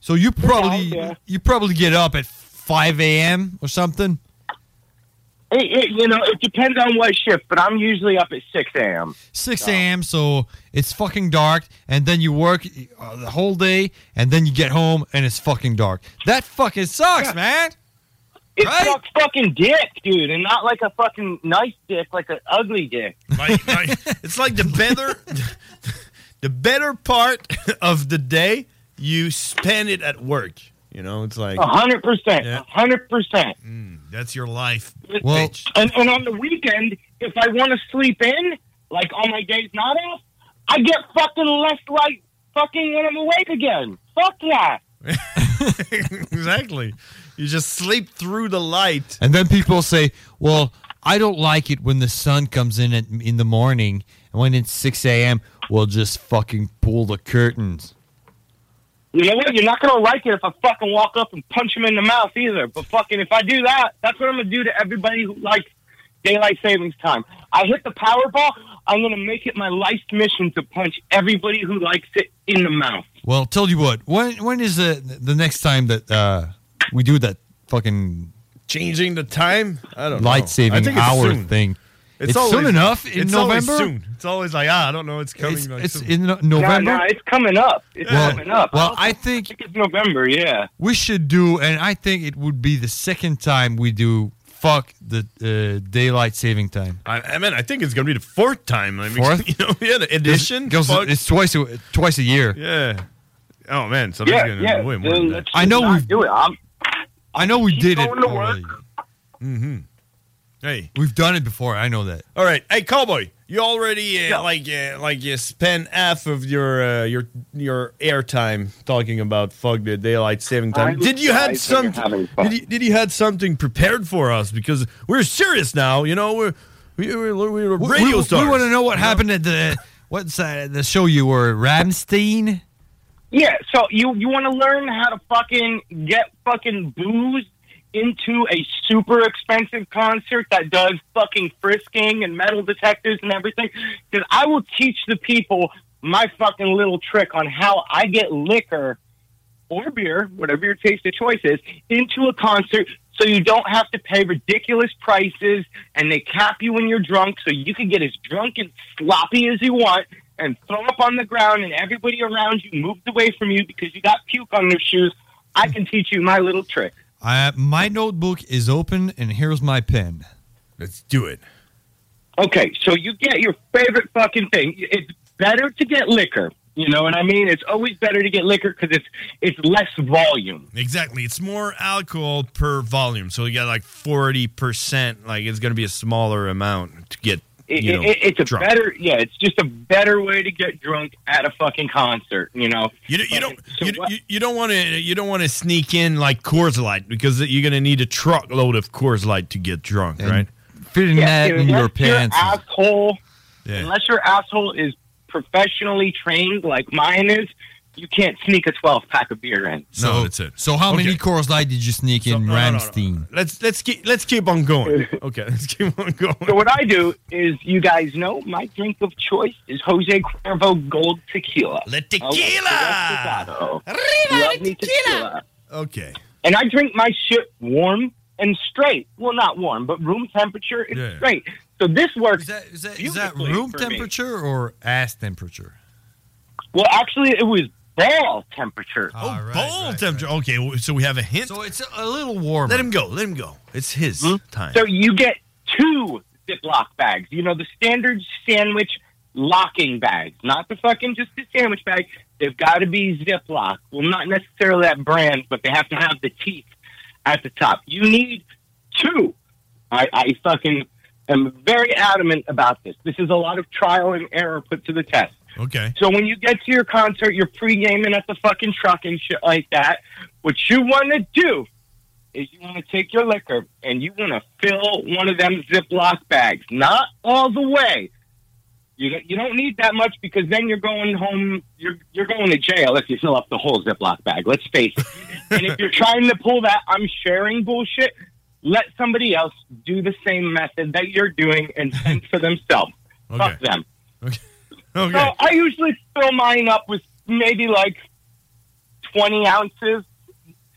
Speaker 3: So you probably
Speaker 5: yeah.
Speaker 3: you probably get up at five a.m. or something.
Speaker 5: It, it, you know, it depends on what shift, but I'm usually up at six a.m.
Speaker 3: 6 a.m. So it's fucking dark, and then you work uh, the whole day, and then you get home, and it's fucking dark. That fucking sucks, man.
Speaker 5: It sucks fucking dick, dude, and not like a fucking nice dick, like an ugly dick.
Speaker 7: Like, like, it's like the better the better part of the day you spend it at work. You know, it's like
Speaker 5: A hundred percent,
Speaker 7: Yeah. Mm,
Speaker 5: a hundred percent.
Speaker 7: That's your life.
Speaker 3: Well-
Speaker 7: bitch.
Speaker 5: And, and on the weekend, if I want to sleep in, like on my days not off, I get fucking left right fucking when I'm awake again. Fuck that.
Speaker 7: exactly. You just sleep through the light.
Speaker 3: And then people say, "Well, I don't like it when the sun comes in at, in the morning, and when it's 6 a.m., we'll just fucking pull the curtains."
Speaker 5: You know what? You're not gonna like it if I fucking walk up and punch him in the mouth either. But fucking, if I do that, that's what I'm gonna do to everybody who likes daylight savings time. I hit the Powerball. I'm gonna make it my life's mission to punch everybody who likes it in the mouth.
Speaker 3: Well, tell you what. When when is the the next time that uh, we do that fucking
Speaker 7: Changing the time? I don't know.
Speaker 3: light
Speaker 7: I
Speaker 3: saving
Speaker 7: think it's
Speaker 3: hour
Speaker 7: soon.
Speaker 3: thing? It's,
Speaker 7: always-
Speaker 3: soon enough in
Speaker 7: it's always
Speaker 3: November.
Speaker 7: soon. It's always like, ah, I don't know, it's coming.
Speaker 3: It's,
Speaker 7: like,
Speaker 3: it's
Speaker 7: soon.
Speaker 3: in no- November.
Speaker 5: Nah, nah, it's coming up. It's
Speaker 3: Well-
Speaker 5: coming up.
Speaker 3: well, I think
Speaker 5: it's November. Yeah.
Speaker 3: We should do, and I think it would be the second time we do fuck the uh, daylight saving time.
Speaker 7: I, I mean, I think it's going to be the fourth time. I mean,
Speaker 3: Fourth?
Speaker 7: You know, yeah, the edition.
Speaker 3: Goes-
Speaker 7: fuck.
Speaker 3: it's twice a, twice a year.
Speaker 7: yeah. Oh, man. So
Speaker 5: yeah,
Speaker 7: that's going to
Speaker 5: yeah.
Speaker 7: be way
Speaker 5: uh,
Speaker 7: more than that.
Speaker 5: let's
Speaker 3: I know
Speaker 5: not
Speaker 3: we've-
Speaker 5: do it. I'm,
Speaker 3: I know we did it.
Speaker 5: going to work.
Speaker 3: already.
Speaker 7: Mm-hmm. Hey.
Speaker 3: We've done it before. I know that.
Speaker 7: All right. Hey, Cowboy, you already uh, like uh, like you spend half of your uh, your your airtime talking about fuck the daylight saving time.
Speaker 5: I'm
Speaker 7: did you had
Speaker 5: surprised that
Speaker 7: some?
Speaker 5: you're having fun.
Speaker 7: Did you, did you had something prepared for us? Because we're serious now. You know we're we we're, we're
Speaker 3: We-
Speaker 7: radio
Speaker 3: we,
Speaker 7: stars.
Speaker 3: We want to know what happened at the what's that, the show you were Ramstein.
Speaker 5: Yeah, so you you want to learn how to fucking get fucking booze into a super expensive concert that does fucking frisking and metal detectors and everything? Because I will teach the people my fucking little trick on how I get liquor or beer, whatever your taste of choice is, into a concert so you don't have to pay ridiculous prices and they cap you when you're drunk so you can get as drunk and sloppy as you want and throw up on the ground and everybody around you moved away from you because you got puke on their shoes. I can teach you my little trick.
Speaker 3: I, my notebook is open, and here's my pen.
Speaker 7: Let's do it.
Speaker 5: Okay, so you get your favorite fucking thing. It's better to get liquor. You know what I mean? It's always better to get liquor because it's it's less volume.
Speaker 7: Exactly. It's more alcohol per volume. So you got like 40%. Like it's going to be a smaller amount to get.
Speaker 5: It,
Speaker 7: you know,
Speaker 5: it, it's a
Speaker 7: drunk.
Speaker 5: better, yeah. It's just a better way to get drunk at a fucking concert. You know,
Speaker 7: You, don't- you don't you, you, you don't want to you don't want to sneak in like Coors Light because you're gonna need a truckload of Coors Light to get drunk, right?
Speaker 3: Fitting
Speaker 5: Yeah,
Speaker 3: that
Speaker 5: dude,
Speaker 3: in
Speaker 5: unless
Speaker 3: your pants.
Speaker 5: Your asshole,
Speaker 7: Yeah.
Speaker 5: Unless your asshole is professionally trained like mine is, you can't sneak a 12 pack of beer in.
Speaker 3: so
Speaker 7: that's it.
Speaker 3: So how
Speaker 7: Okay.
Speaker 3: many Coors Light did you sneak in
Speaker 7: no, no, no, no.
Speaker 3: Ramstein?
Speaker 7: Let's let's keep let's keep on going. Okay, let's keep on going.
Speaker 5: So what I do is, you guys know, my drink of choice is Jose Cuervo Gold Tequila.
Speaker 7: Let
Speaker 5: tequila. Love me tequila.
Speaker 7: Okay.
Speaker 5: And I drink my shit warm and straight. Well, not warm, but room temperature. It's
Speaker 3: Yeah.
Speaker 5: straight. So this works.
Speaker 3: Is that, is that
Speaker 5: beautifully
Speaker 3: room
Speaker 5: for me.
Speaker 3: temperature or ass temperature?
Speaker 5: Well, actually, it was ball temperature.
Speaker 7: Oh, ball temperature. Okay, w- so we have a hint. So
Speaker 3: it's a little warmer.
Speaker 7: Let him go. Let him go. It's his
Speaker 5: Hmm?
Speaker 7: time.
Speaker 5: So you get two Ziploc bags. You know, the standard sandwich locking bags, not the fucking just the sandwich bag. They've got to be Ziploc. Well, not necessarily that brand, but they have to have the teeth at the top. You need two. I, I fucking am very adamant about this. This is a lot of trial and error put to the test.
Speaker 7: Okay.
Speaker 5: So when you get to your concert, you're pre-gaming at the fucking truck and shit like that. What you want to do is you want to take your liquor and you want to fill one of them Ziploc bags, not all the way. You don't- you don't need that much because then you're going home. You're you're going to jail if you fill up the whole Ziploc bag. Let's face it. and if you're trying to pull that I'm sharing bullshit, let somebody else do the same method that you're doing and fend for themselves. Fuck them.
Speaker 7: Okay.
Speaker 5: So I usually fill mine up with maybe like 20 ounces,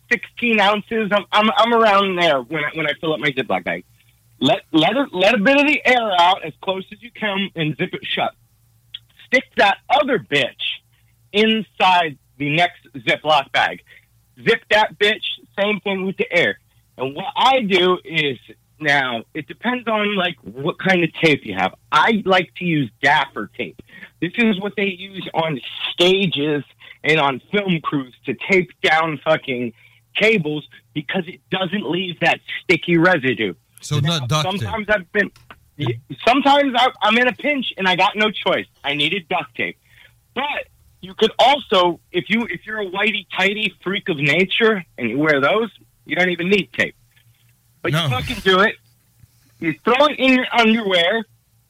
Speaker 5: 16 ounces. I'm, I'm, I'm around there when I, when I fill up my Ziploc bag. Let, let, a, let a bit of the air out as close as you can and zip it shut. Stick that other bitch inside the next Ziploc bag. Zip that bitch, same thing with the air. And what I do is now it depends on like what kind of tape you have. I like to use gaffer tape. This is what they use on stages and on film crews to tape down fucking cables because it doesn't leave that sticky residue.
Speaker 3: So not duct tape.
Speaker 5: Sometimes I've been. Sometimes I- I'm in a pinch and I got no choice. I needed duct tape, but you could also, if you if you're a whitey tighty freak of nature and you wear those, you don't even need tape. But you fucking do it. You throw it in your underwear.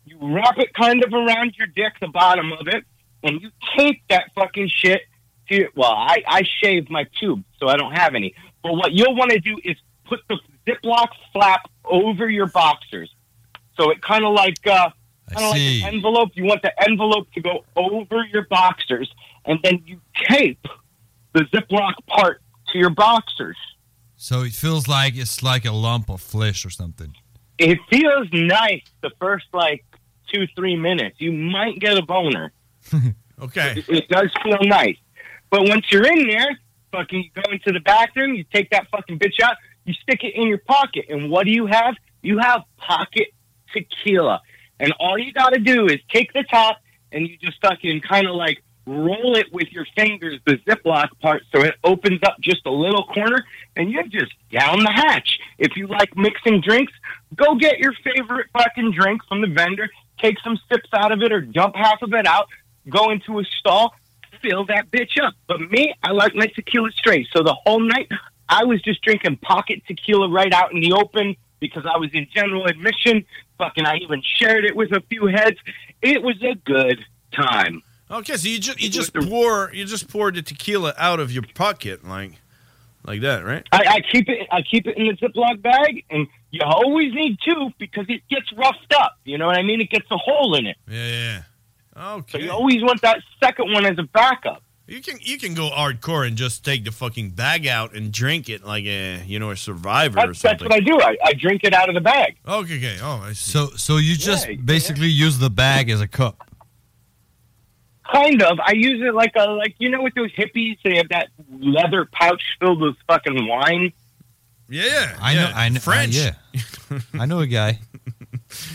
Speaker 5: You wrap it kind of around your dick, the bottom of it, and you tape that fucking shit to. Your, well, I I shave my tube, so I don't have any. But what you'll want to do is put the Ziploc flap over your boxers, so it kind of like. Uh, kind of like an envelope. You want the envelope to go over your boxers, and then you tape the Ziploc part to your boxers.
Speaker 3: So it feels like it's like a lump of flesh or something.
Speaker 5: It feels nice the first like two, three minutes. You might get a boner.
Speaker 7: okay.
Speaker 5: It, it does feel nice. But once you're in there, fucking you go into the bathroom, you take that fucking bitch out, you stick it in your pocket, and what do you have? You have pocket tequila. And all you gotta do is take the top and you just fucking kinda like roll it with your fingers, the ziploc part, so it opens up just a little corner and you're just down the hatch. If you like mixing drinks, go get your favorite fucking drink from the vendor, take some sips out of it or dump half of it out, go into a stall, fill that bitch up. But me, I like my tequila straight. So the whole night, I was just drinking pocket tequila right out in the open because I was in general admission. Fucking, I even shared it with a few heads. It was a good time.
Speaker 7: Okay, so you just you just pour you just pour the tequila out of your pocket like like that, right?
Speaker 5: I, I keep it. I keep it in the Ziploc bag, and you always need two because it gets roughed up. You know what I mean? It gets a hole in it.
Speaker 7: Yeah.
Speaker 5: So
Speaker 7: Okay.
Speaker 5: you always want that second one as a backup.
Speaker 7: You can you can go hardcore and just take the fucking bag out and drink it like a you know a survivor or
Speaker 5: That's, that's
Speaker 7: something.
Speaker 5: what I do. I, I drink it out of the bag.
Speaker 7: Okay, okay. Oh, I see.
Speaker 3: So so you just basically use the bag as a cup.
Speaker 5: Kind of. I use it like a like you know with those hippies they have that leather pouch filled with fucking wine.
Speaker 7: Yeah, yeah.
Speaker 3: I know. I know. French. yeah. I know a guy.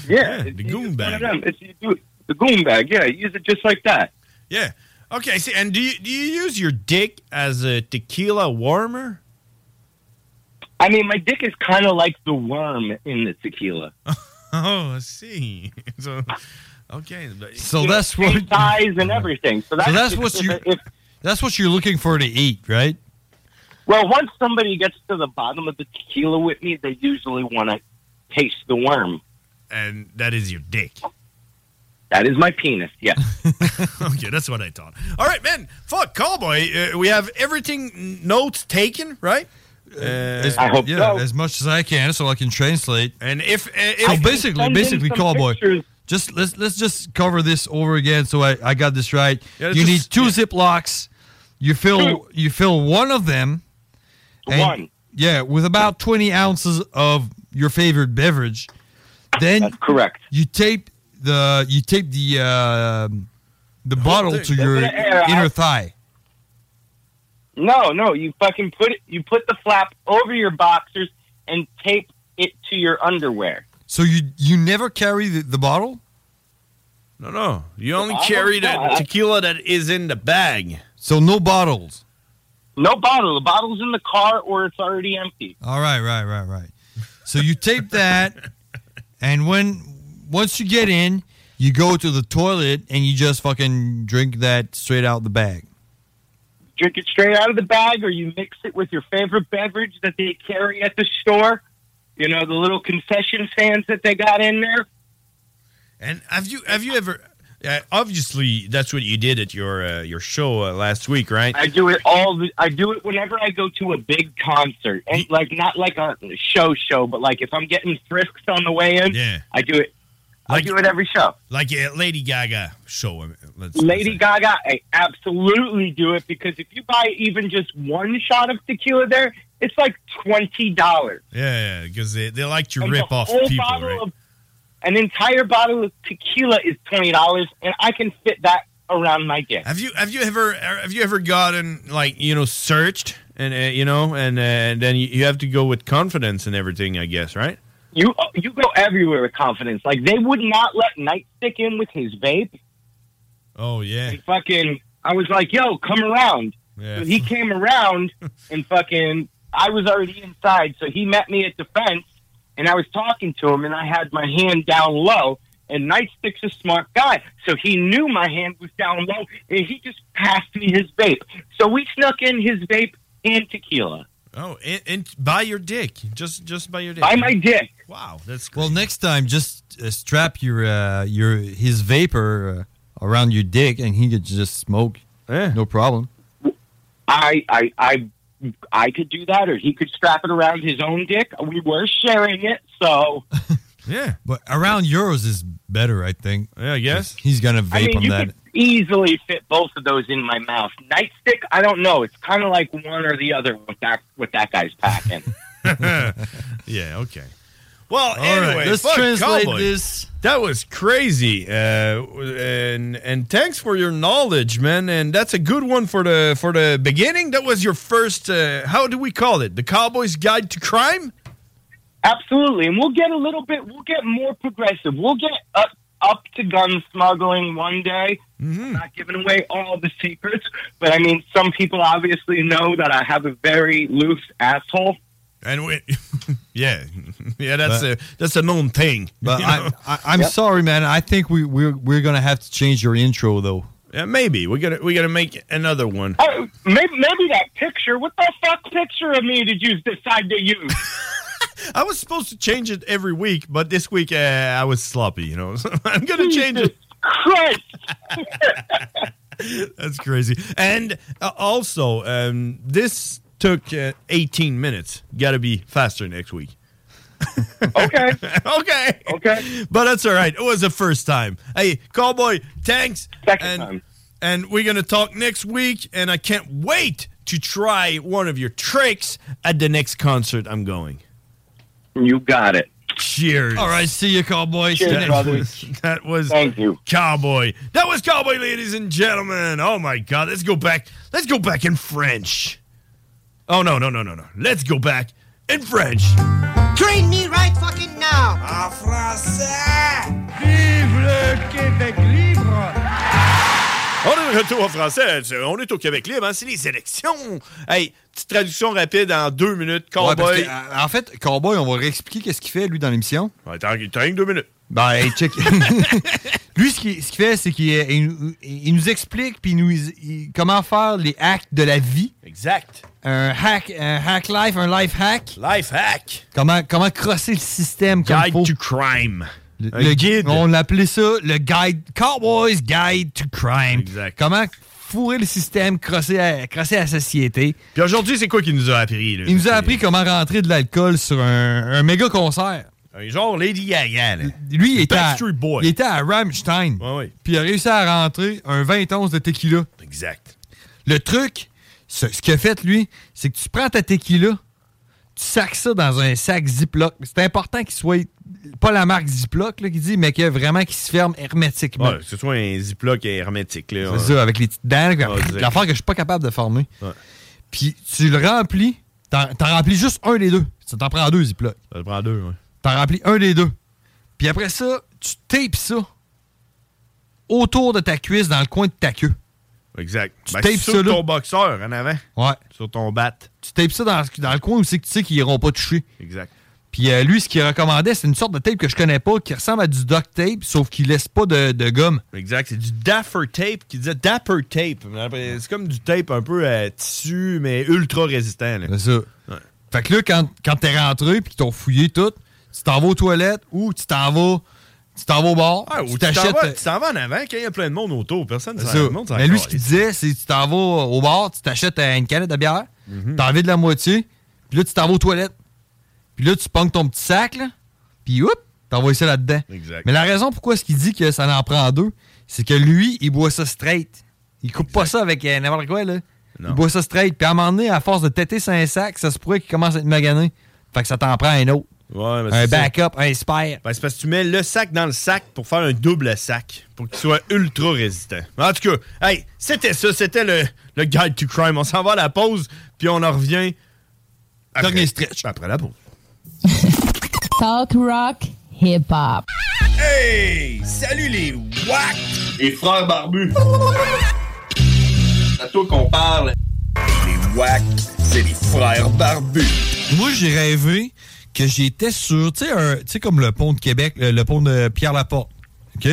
Speaker 5: Yeah,
Speaker 7: the goon
Speaker 5: bag. the goon bag. Yeah, use it just like that.
Speaker 7: Yeah. Okay. See, and do you do you use your dick as a tequila warmer?
Speaker 5: I mean, my dick is kind of like the worm in the tequila.
Speaker 7: Oh, I see. So, okay. but-
Speaker 3: So that's what
Speaker 5: size and everything. So that's,
Speaker 3: So that's what you that's what you're looking for to eat, right?
Speaker 5: Well, once somebody gets to the bottom of the tequila with me, they usually want to taste the worm.
Speaker 7: And that is your dick.
Speaker 5: That is my penis. Yes.
Speaker 7: okay, that's what I thought. All right, man. Fuck, cowboy. Uh, we have everything n- notes taken, right?
Speaker 3: As- Uh, yeah, as much as I can, so I can translate.
Speaker 7: And if, uh,
Speaker 3: so,
Speaker 7: if-
Speaker 3: basically,
Speaker 7: Send in
Speaker 3: basically,
Speaker 7: some
Speaker 3: cowboy. Just let's let's just cover this over again, so I, I got this right.
Speaker 7: Yeah,
Speaker 3: you need
Speaker 7: just-
Speaker 3: two ziplocs. You fill you fill one of them. and-
Speaker 5: One.
Speaker 3: Yeah, with about twenty ounces of your favorite beverage. Then
Speaker 5: correct.
Speaker 3: You tape the you tape the uh, the bottle to
Speaker 5: They're
Speaker 3: your
Speaker 5: gonna air out.
Speaker 3: inner thigh.
Speaker 5: No, no, you fucking put it, you put the flap over your boxers and tape it to your underwear.
Speaker 3: So you you never carry the, the bottle?
Speaker 7: No, no. You only
Speaker 5: I
Speaker 7: carry
Speaker 5: don't
Speaker 7: the
Speaker 5: know.
Speaker 7: tequila that is in the bag.
Speaker 3: So no bottles.
Speaker 5: No bottle. The bottle's in the car or it's already empty.
Speaker 3: All right, right, right, right. So you tape that, and when once you get in, you go to the toilet and you just fucking drink that straight out the bag.
Speaker 5: Drink it straight out of the bag, or you mix it with your favorite beverage that they carry at the store. You know the little concession stands that they got in there.
Speaker 7: And have you have you ever? Uh, obviously, that's what you did at your uh, your show uh, last week, right?
Speaker 5: I do it all. The, I do it whenever I go to a big concert, and like not like a show show, but like if I'm getting frisks on the way in,
Speaker 7: Yeah.
Speaker 5: I do it. I
Speaker 7: Like-
Speaker 5: do it every show.
Speaker 7: Like uh, Lady Gaga show. I mean, Let's,
Speaker 5: Lady Gaga, I absolutely do it because if you buy even just one shot of tequila there, it's like twenty dollars.
Speaker 7: yeah, because they, they like to
Speaker 5: And
Speaker 7: rip
Speaker 5: the
Speaker 7: off
Speaker 5: whole
Speaker 7: people,
Speaker 5: bottle
Speaker 7: right?
Speaker 5: of- an entire bottle of tequila is twenty dollars, and I can fit that around my dick.
Speaker 7: Have you have you ever er, have you ever gotten like you know searched and uh, you know and, uh, and then you, you have to go with confidence and everything, I guess, right?
Speaker 5: You you go everywhere with confidence. Like they would not let Nightstick in with his vape.
Speaker 7: Oh yeah.
Speaker 5: And fucking, I was like, "Yo, come around."
Speaker 7: Yeah.
Speaker 5: So he came around and fucking, I was already inside, so he met me at the fence, and I was talking to him, and I had my hand down low. And Nightstick's a smart guy, so he knew my hand was down low, and he just passed me his vape. So we snuck in his vape and tequila.
Speaker 7: Oh, and, and by your dick, just just by your dick.
Speaker 5: By my dick.
Speaker 7: Wow, that's
Speaker 3: Well, next time, just uh, strap your uh, your his vapor uh, around your dick, and he could just smoke. No problem.
Speaker 5: I, I, I, I could do that, or he could strap it around his own dick. We were sharing it, so
Speaker 7: Yeah,
Speaker 3: but around yours is better, I think.
Speaker 7: Yeah, I guess
Speaker 3: he's gonna
Speaker 5: I
Speaker 3: vape
Speaker 5: mean,
Speaker 3: on
Speaker 5: you
Speaker 3: that.
Speaker 5: could easily fit both of those in my mouth. Nightstick, I don't know. It's kind of like one or the other with that with that guy's packing.
Speaker 7: yeah, okay. Well,
Speaker 5: All
Speaker 7: anyway,
Speaker 5: right, let's
Speaker 7: fuck
Speaker 5: translate
Speaker 7: Cowboy.
Speaker 5: this.
Speaker 7: That was crazy, uh, and and thanks for your knowledge, man. And that's a good one for the for the beginning. That was your first. Uh, how do we call it? The Cowboy's Guide to Crime.
Speaker 5: Absolutely, and we'll get a little bit. We'll get more progressive. We'll get up up to gun smuggling one day.
Speaker 7: Mm-hmm.
Speaker 5: Not giving away all the secrets, but I mean, some people obviously know that I have a very loose asshole.
Speaker 7: And we, yeah, yeah, that's
Speaker 3: But-
Speaker 7: a that's a known thing.
Speaker 3: But
Speaker 7: you
Speaker 3: I,
Speaker 7: know?
Speaker 3: I, I'm sorry, man. I think we we're we're gonna have to change your intro though.
Speaker 7: Yeah, maybe we gotta we gotta make another one.
Speaker 5: Oh, maybe, maybe that picture. What the fuck picture of me did you decide to use?
Speaker 7: I was supposed to change it every week, but this week uh, I was sloppy. You know, so I'm gonna change it.
Speaker 5: Christ!
Speaker 7: That's crazy. And uh, also, um, this took uh, 18 minutes. Got to be faster next week.
Speaker 5: okay.
Speaker 7: okay.
Speaker 5: Okay.
Speaker 7: But that's all right. It was the first time. Hey, Cowboy, thanks. Second and, time. And we're going to talk next week. And I can't wait to try one of your tricks at the next concert I'm going.
Speaker 5: You got it.
Speaker 7: Cheers.
Speaker 3: All right, see you, cowboys.
Speaker 7: Cheers,
Speaker 3: See you next
Speaker 7: brother.
Speaker 3: week.
Speaker 7: That was Thank you. Cowboy. That was Cowboy, ladies and gentlemen. Oh my God, let's go back. Let's go back in French. Oh no, no, no, no, no. Let's go back in French.
Speaker 1: Train me right fucking now! En français! Vive le Québec libre!
Speaker 7: On est de retour en français. Euh, On est au Québec libre, hein? c'est les élections. Hey, petite traduction rapide en deux minutes.
Speaker 3: Ouais, parce
Speaker 7: Cowboy.
Speaker 3: que, euh, en fait, Cowboy, on va réexpliquer qu'est-ce qu'il fait, lui, dans l'émission.
Speaker 7: Ouais, T'as t'as rien que deux minutes.
Speaker 3: Ben, hey, check. lui, ce qu'il ce qu'il fait, c'est qu'il euh, il nous- il nous explique puis il nous, il- comment faire les hacks de la vie.
Speaker 7: Exact.
Speaker 3: Un hack, un hack life, un life hack.
Speaker 7: Life hack.
Speaker 3: Comment, comment crosser le système comme
Speaker 7: Guide
Speaker 3: faut.
Speaker 7: to crime.
Speaker 3: Le,
Speaker 7: Un
Speaker 3: le-
Speaker 7: guide.
Speaker 3: On l'appelait ça le guide, Cowboys Guide to Crime. Comment fourrer le système, crosser, à- crosser la société.
Speaker 7: Puis aujourd'hui, c'est quoi qu'il nous a appris? là?
Speaker 3: Il nous a appris comment rentrer de l'alcool sur un, un méga concert.
Speaker 7: Un Genre Lady Gaga. là.
Speaker 3: Lui, il était, à,
Speaker 7: Backstreet Boy.
Speaker 3: il était à Rammstein. Puis il a réussi à rentrer un 20 onces de tequila.
Speaker 7: Exact.
Speaker 3: Le truc, ce, ce qu'il a fait, lui, c'est que tu prends ta tequila, tu sacs ça dans un sac Ziploc. C'est important qu'il soit pas la marque Ziploc là, qui dit, mais que vraiment qu'il se ferme hermétiquement.
Speaker 7: Ouais, que ce soit un Ziploc hermétique. là.
Speaker 3: C'est ça, avec les petites dents. là,
Speaker 7: Ah, Ouais, exact.
Speaker 3: L'affaire que je suis pas capable de former. puis tu le remplis. T'en t'en remplis juste un des deux. Ça t'en prend deux Ziploc. Ça te prend deux, oui. T'en remplis un des deux. Puis après ça, tu tapes ça autour de ta cuisse, dans le coin de ta queue.
Speaker 7: Exact.
Speaker 3: Tu
Speaker 7: Ben,
Speaker 3: tapes
Speaker 7: sur
Speaker 3: ça là.
Speaker 7: ton boxeur en avant.
Speaker 3: Ouais.
Speaker 7: Sur ton batte.
Speaker 3: Tu tapes ça dans, dans le coin où c'est que tu sais qu'ils iront pas toucher.
Speaker 7: Exact.
Speaker 3: Puis euh, lui, ce qu'il recommandait, c'est une sorte de tape que je connais pas, qui ressemble à du duct tape, sauf qu'il laisse pas de, de gomme.
Speaker 7: Exact. C'est du daffer tape qui disait dapper tape. C'est comme du tape un peu à tissu, mais ultra résistant. là.
Speaker 3: C'est ça. Fait que là, quand, quand t'es rentré puis qu'ils t'ont fouillé tout, tu t'en vas aux toilettes ou tu t'en vas, tu t'en vas au bar.
Speaker 7: Ah, ou
Speaker 3: tu
Speaker 7: tu t'en
Speaker 3: t'achètes. euh,
Speaker 7: vas- tu t'en vas en avant quand il y a plein de monde autour. Personne ne
Speaker 3: C'est
Speaker 7: s'en
Speaker 3: ça.
Speaker 7: rend compte, ça
Speaker 3: Mais lui,
Speaker 7: encore.
Speaker 3: ce qu'il disait, c'est tu t'en vas au bar, tu t'achètes euh, une canette de bière,
Speaker 7: Mhm.
Speaker 3: t'en vides la moitié, puis là, tu t'en vas aux toilettes. Puis là, tu ponges ton petit sac, là, puis oups, t'en vas ici là-dedans.
Speaker 7: Exact.
Speaker 3: Mais la raison pourquoi ce qu'il dit que ça en prend deux, c'est que lui, il boit ça straight. Il coupe pas ça avec euh, n'importe quoi, là. Il boit ça straight. Puis à un moment donné, à force de têter sur un sac, ça se pourrait qu'il commence à être magané. Fait que ça t'en prend un autre.
Speaker 7: Ouais, mais
Speaker 3: un
Speaker 7: c'est ça.
Speaker 3: backup, un spare.
Speaker 7: Ben, c'est parce que tu mets le sac dans le sac pour faire un double sac, pour qu'il soit ultra résistant. En tout cas, hey, c'était ça, c'était le, le Guide to Crime. On s'en va à la pause, puis on en revient. Après, Dernier
Speaker 3: stretch.
Speaker 7: Après la pause.
Speaker 9: Talk rock, hip hop.
Speaker 7: Hey! Salut les WAC! Les frères barbus!
Speaker 2: à toi qu'on parle. Les WAC, c'est les frères barbus.
Speaker 3: Moi, j'ai rêvé que j'étais sur, tu sais, un- tu sais, comme le pont de Québec, le, le pont de Pierre Laporte. OK?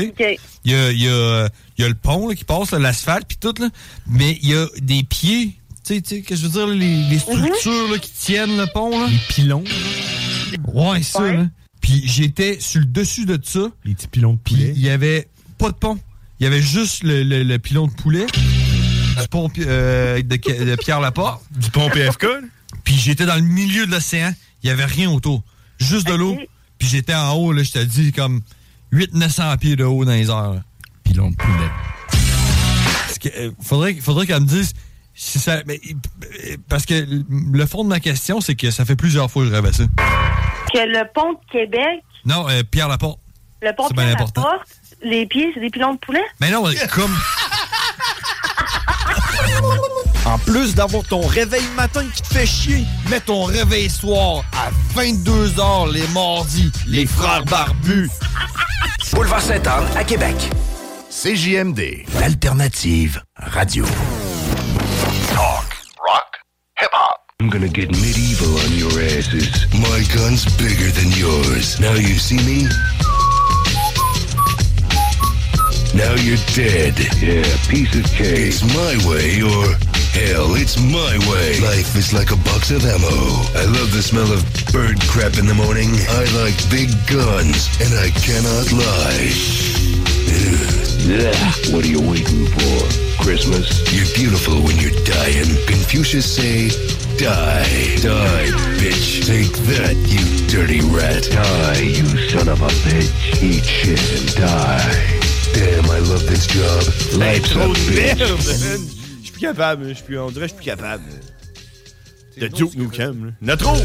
Speaker 3: Il y a, il y a, euh, il y a le pont là, qui passe, là, l'asphalte, puis tout, là. Mais il y a des pieds, tu sais, tu sais, que je veux dire, les, les structures là, qui tiennent le pont, là. Les pilons. Ouais, ça, là. Puis j'étais sur le dessus de ça. Les petits pilons de poulet. il y avait pas de pont. Il y avait juste le, le- le pilon de poulet. Du pont euh, de, de Pierre Laporte. Du pont PFK. Puis j'étais dans le milieu de l'océan. Il y avait rien autour. Juste de l'eau. Puis j'étais en haut, là, je te dis, comme 800-900 pieds de haut dans les airs. là. Pilon de poulet. Parce que, euh, faudrait, faudrait qu'elle me dise si ça. mais, euh, parce que le fond de ma question, c'est que ça fait plusieurs fois que je rêvais ça.
Speaker 14: Que le pont de Québec,
Speaker 3: Non, euh, Pierre Laporte.
Speaker 14: le pont
Speaker 3: C'est
Speaker 14: de
Speaker 3: bien
Speaker 14: Québec,
Speaker 3: important.
Speaker 14: les pieds, c'est des pilons de poulet?
Speaker 3: Mais non, comme.
Speaker 2: En plus d'avoir ton réveil matin qui te fait chier, mets ton réveil soir à 22h les mardis. Les frères barbus.
Speaker 11: Boulevard Saint-Anne à Québec.
Speaker 4: CJMD, l'alternative radio.
Speaker 13: I'm gonna get medieval on your asses. My gun's bigger than yours. Now you see me? Now you're dead. Yeah, piece of cake. It's my way or hell, it's my way. Life is like a box of ammo. I love the smell of bird crap in the morning. I like big guns, and I cannot lie. Ugh. What are you waiting for? Christmas? You're beautiful when you're dying. Confucius say, die. Die, bitch. Take that, you dirty rat. Die, you son of a bitch. Eat shit and die. Damn, I love this job. Life's a
Speaker 7: Trop de merde, man.
Speaker 13: bitch.
Speaker 7: Je suis plus capable, je suis plus, on dirait que je suis plus capable. De Duke Nukem, là. Notre trop!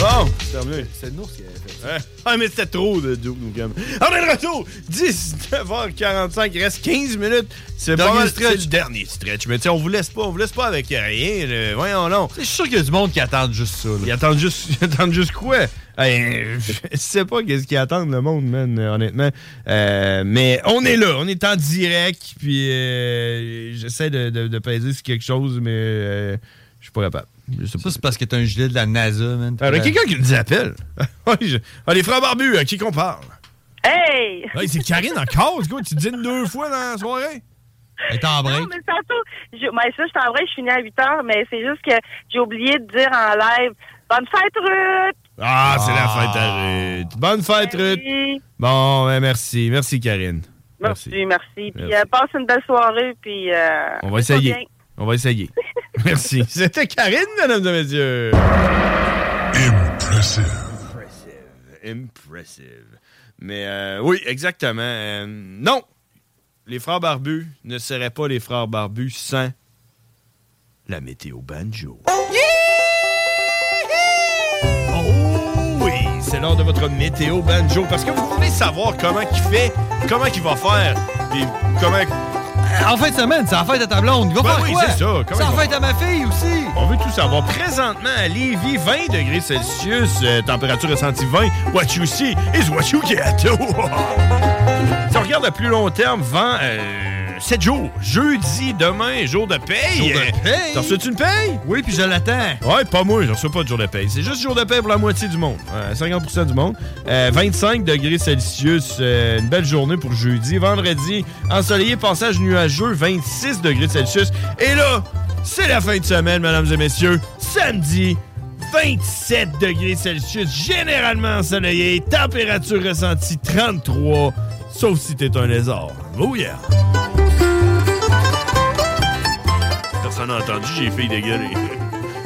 Speaker 7: Bon, c'est terminé.
Speaker 6: C'est une ours qui avait fait
Speaker 7: Hein? Ah, mais c'était trop de Duke Nukem. On est de retour! 19h45, il reste 15 minutes. C'est
Speaker 3: Dernier
Speaker 7: pas mal-
Speaker 3: stretch.
Speaker 7: c'est le dernier stretch. Mais tu sais, on vous laisse pas, on vous laisse pas avec euh, rien. là. Voyons non.
Speaker 3: C'est sûr qu'il y a du monde qui attend juste ça.
Speaker 7: Ils attendent juste, ils attendent juste quoi? Hey, je sais pas qu'est-ce qu'ils attendent le monde, man, euh, honnêtement. Euh, mais on est là, on est en direct, puis euh, j'essaie de, de, de peser sur quelque chose, mais euh, je suis pas capable.
Speaker 3: Ça, c'est parce que t'as un gilet de la NASA, man.
Speaker 7: Alors, il y a quelqu'un qui nous appelle. Ouais, je- ah, les frères barbus, à qui qu'on parle?
Speaker 14: Hey!
Speaker 7: Hey, c'est Karine encore, c'est quoi? Tu dînes deux fois dans la soirée?
Speaker 3: Elle est en
Speaker 14: Non, mais tantôt, je, mais ça, je suis en vrai, je finis à 8 heures, mais c'est juste que j'ai oublié de dire en live Bonne fête, Ruth!
Speaker 7: Ah, c'est la fête à Ruth. Bonne fête, Ruth.
Speaker 14: Merci,
Speaker 7: Bon, ben, merci. Merci, Karine.
Speaker 14: merci. merci. Puis
Speaker 7: Merci.
Speaker 14: euh, passe une belle soirée, puis. euh,
Speaker 7: On va
Speaker 14: reste
Speaker 7: essayer.
Speaker 14: bien.
Speaker 7: On va essayer. Merci. C'était Karine, mesdames et messieurs. Impressive. Impressive. Impressive. Mais euh, oui, exactement. Euh, non! Les frères barbus ne seraient pas les frères barbus sans la météo banjo. Oui, c'est l'heure de votre météo banjo parce que vous voulez savoir comment il fait, comment il va faire, puis comment
Speaker 3: Euh, en fin de semaine, c'est la fête à ta blonde. Il va
Speaker 7: Ben
Speaker 3: faire
Speaker 7: oui,
Speaker 3: quoi?
Speaker 7: c'est ça. Comment
Speaker 3: la
Speaker 7: il va
Speaker 3: fête à ma fille aussi.
Speaker 7: On veut tout savoir. Présentement, à Lévis, 20 degrés Celsius, euh, température ressentie 20. What you see is what you get. si on regarde à plus long terme, vent, 7 jours. Jeudi, demain, jour de paye.
Speaker 3: Jour de paye.
Speaker 7: T'as reçu une paye? Oui, puis je l'attends. Ouais, pas moi, je reçois pas de jour de paye. C'est juste jour de paye pour la moitié du monde. Euh, 50 du monde. Euh, 25 degrés Celsius, euh, une belle journée pour jeudi. Vendredi, ensoleillé, passage nuageux, 26 degrés Celsius. Et là, c'est la fin de semaine, mesdames et messieurs. Samedi, 27 degrés Celsius, généralement ensoleillé, température ressentie 33, sauf si t'es un lézard. Oh yeah! Personne n'a entendu, j'ai fait dégueuler.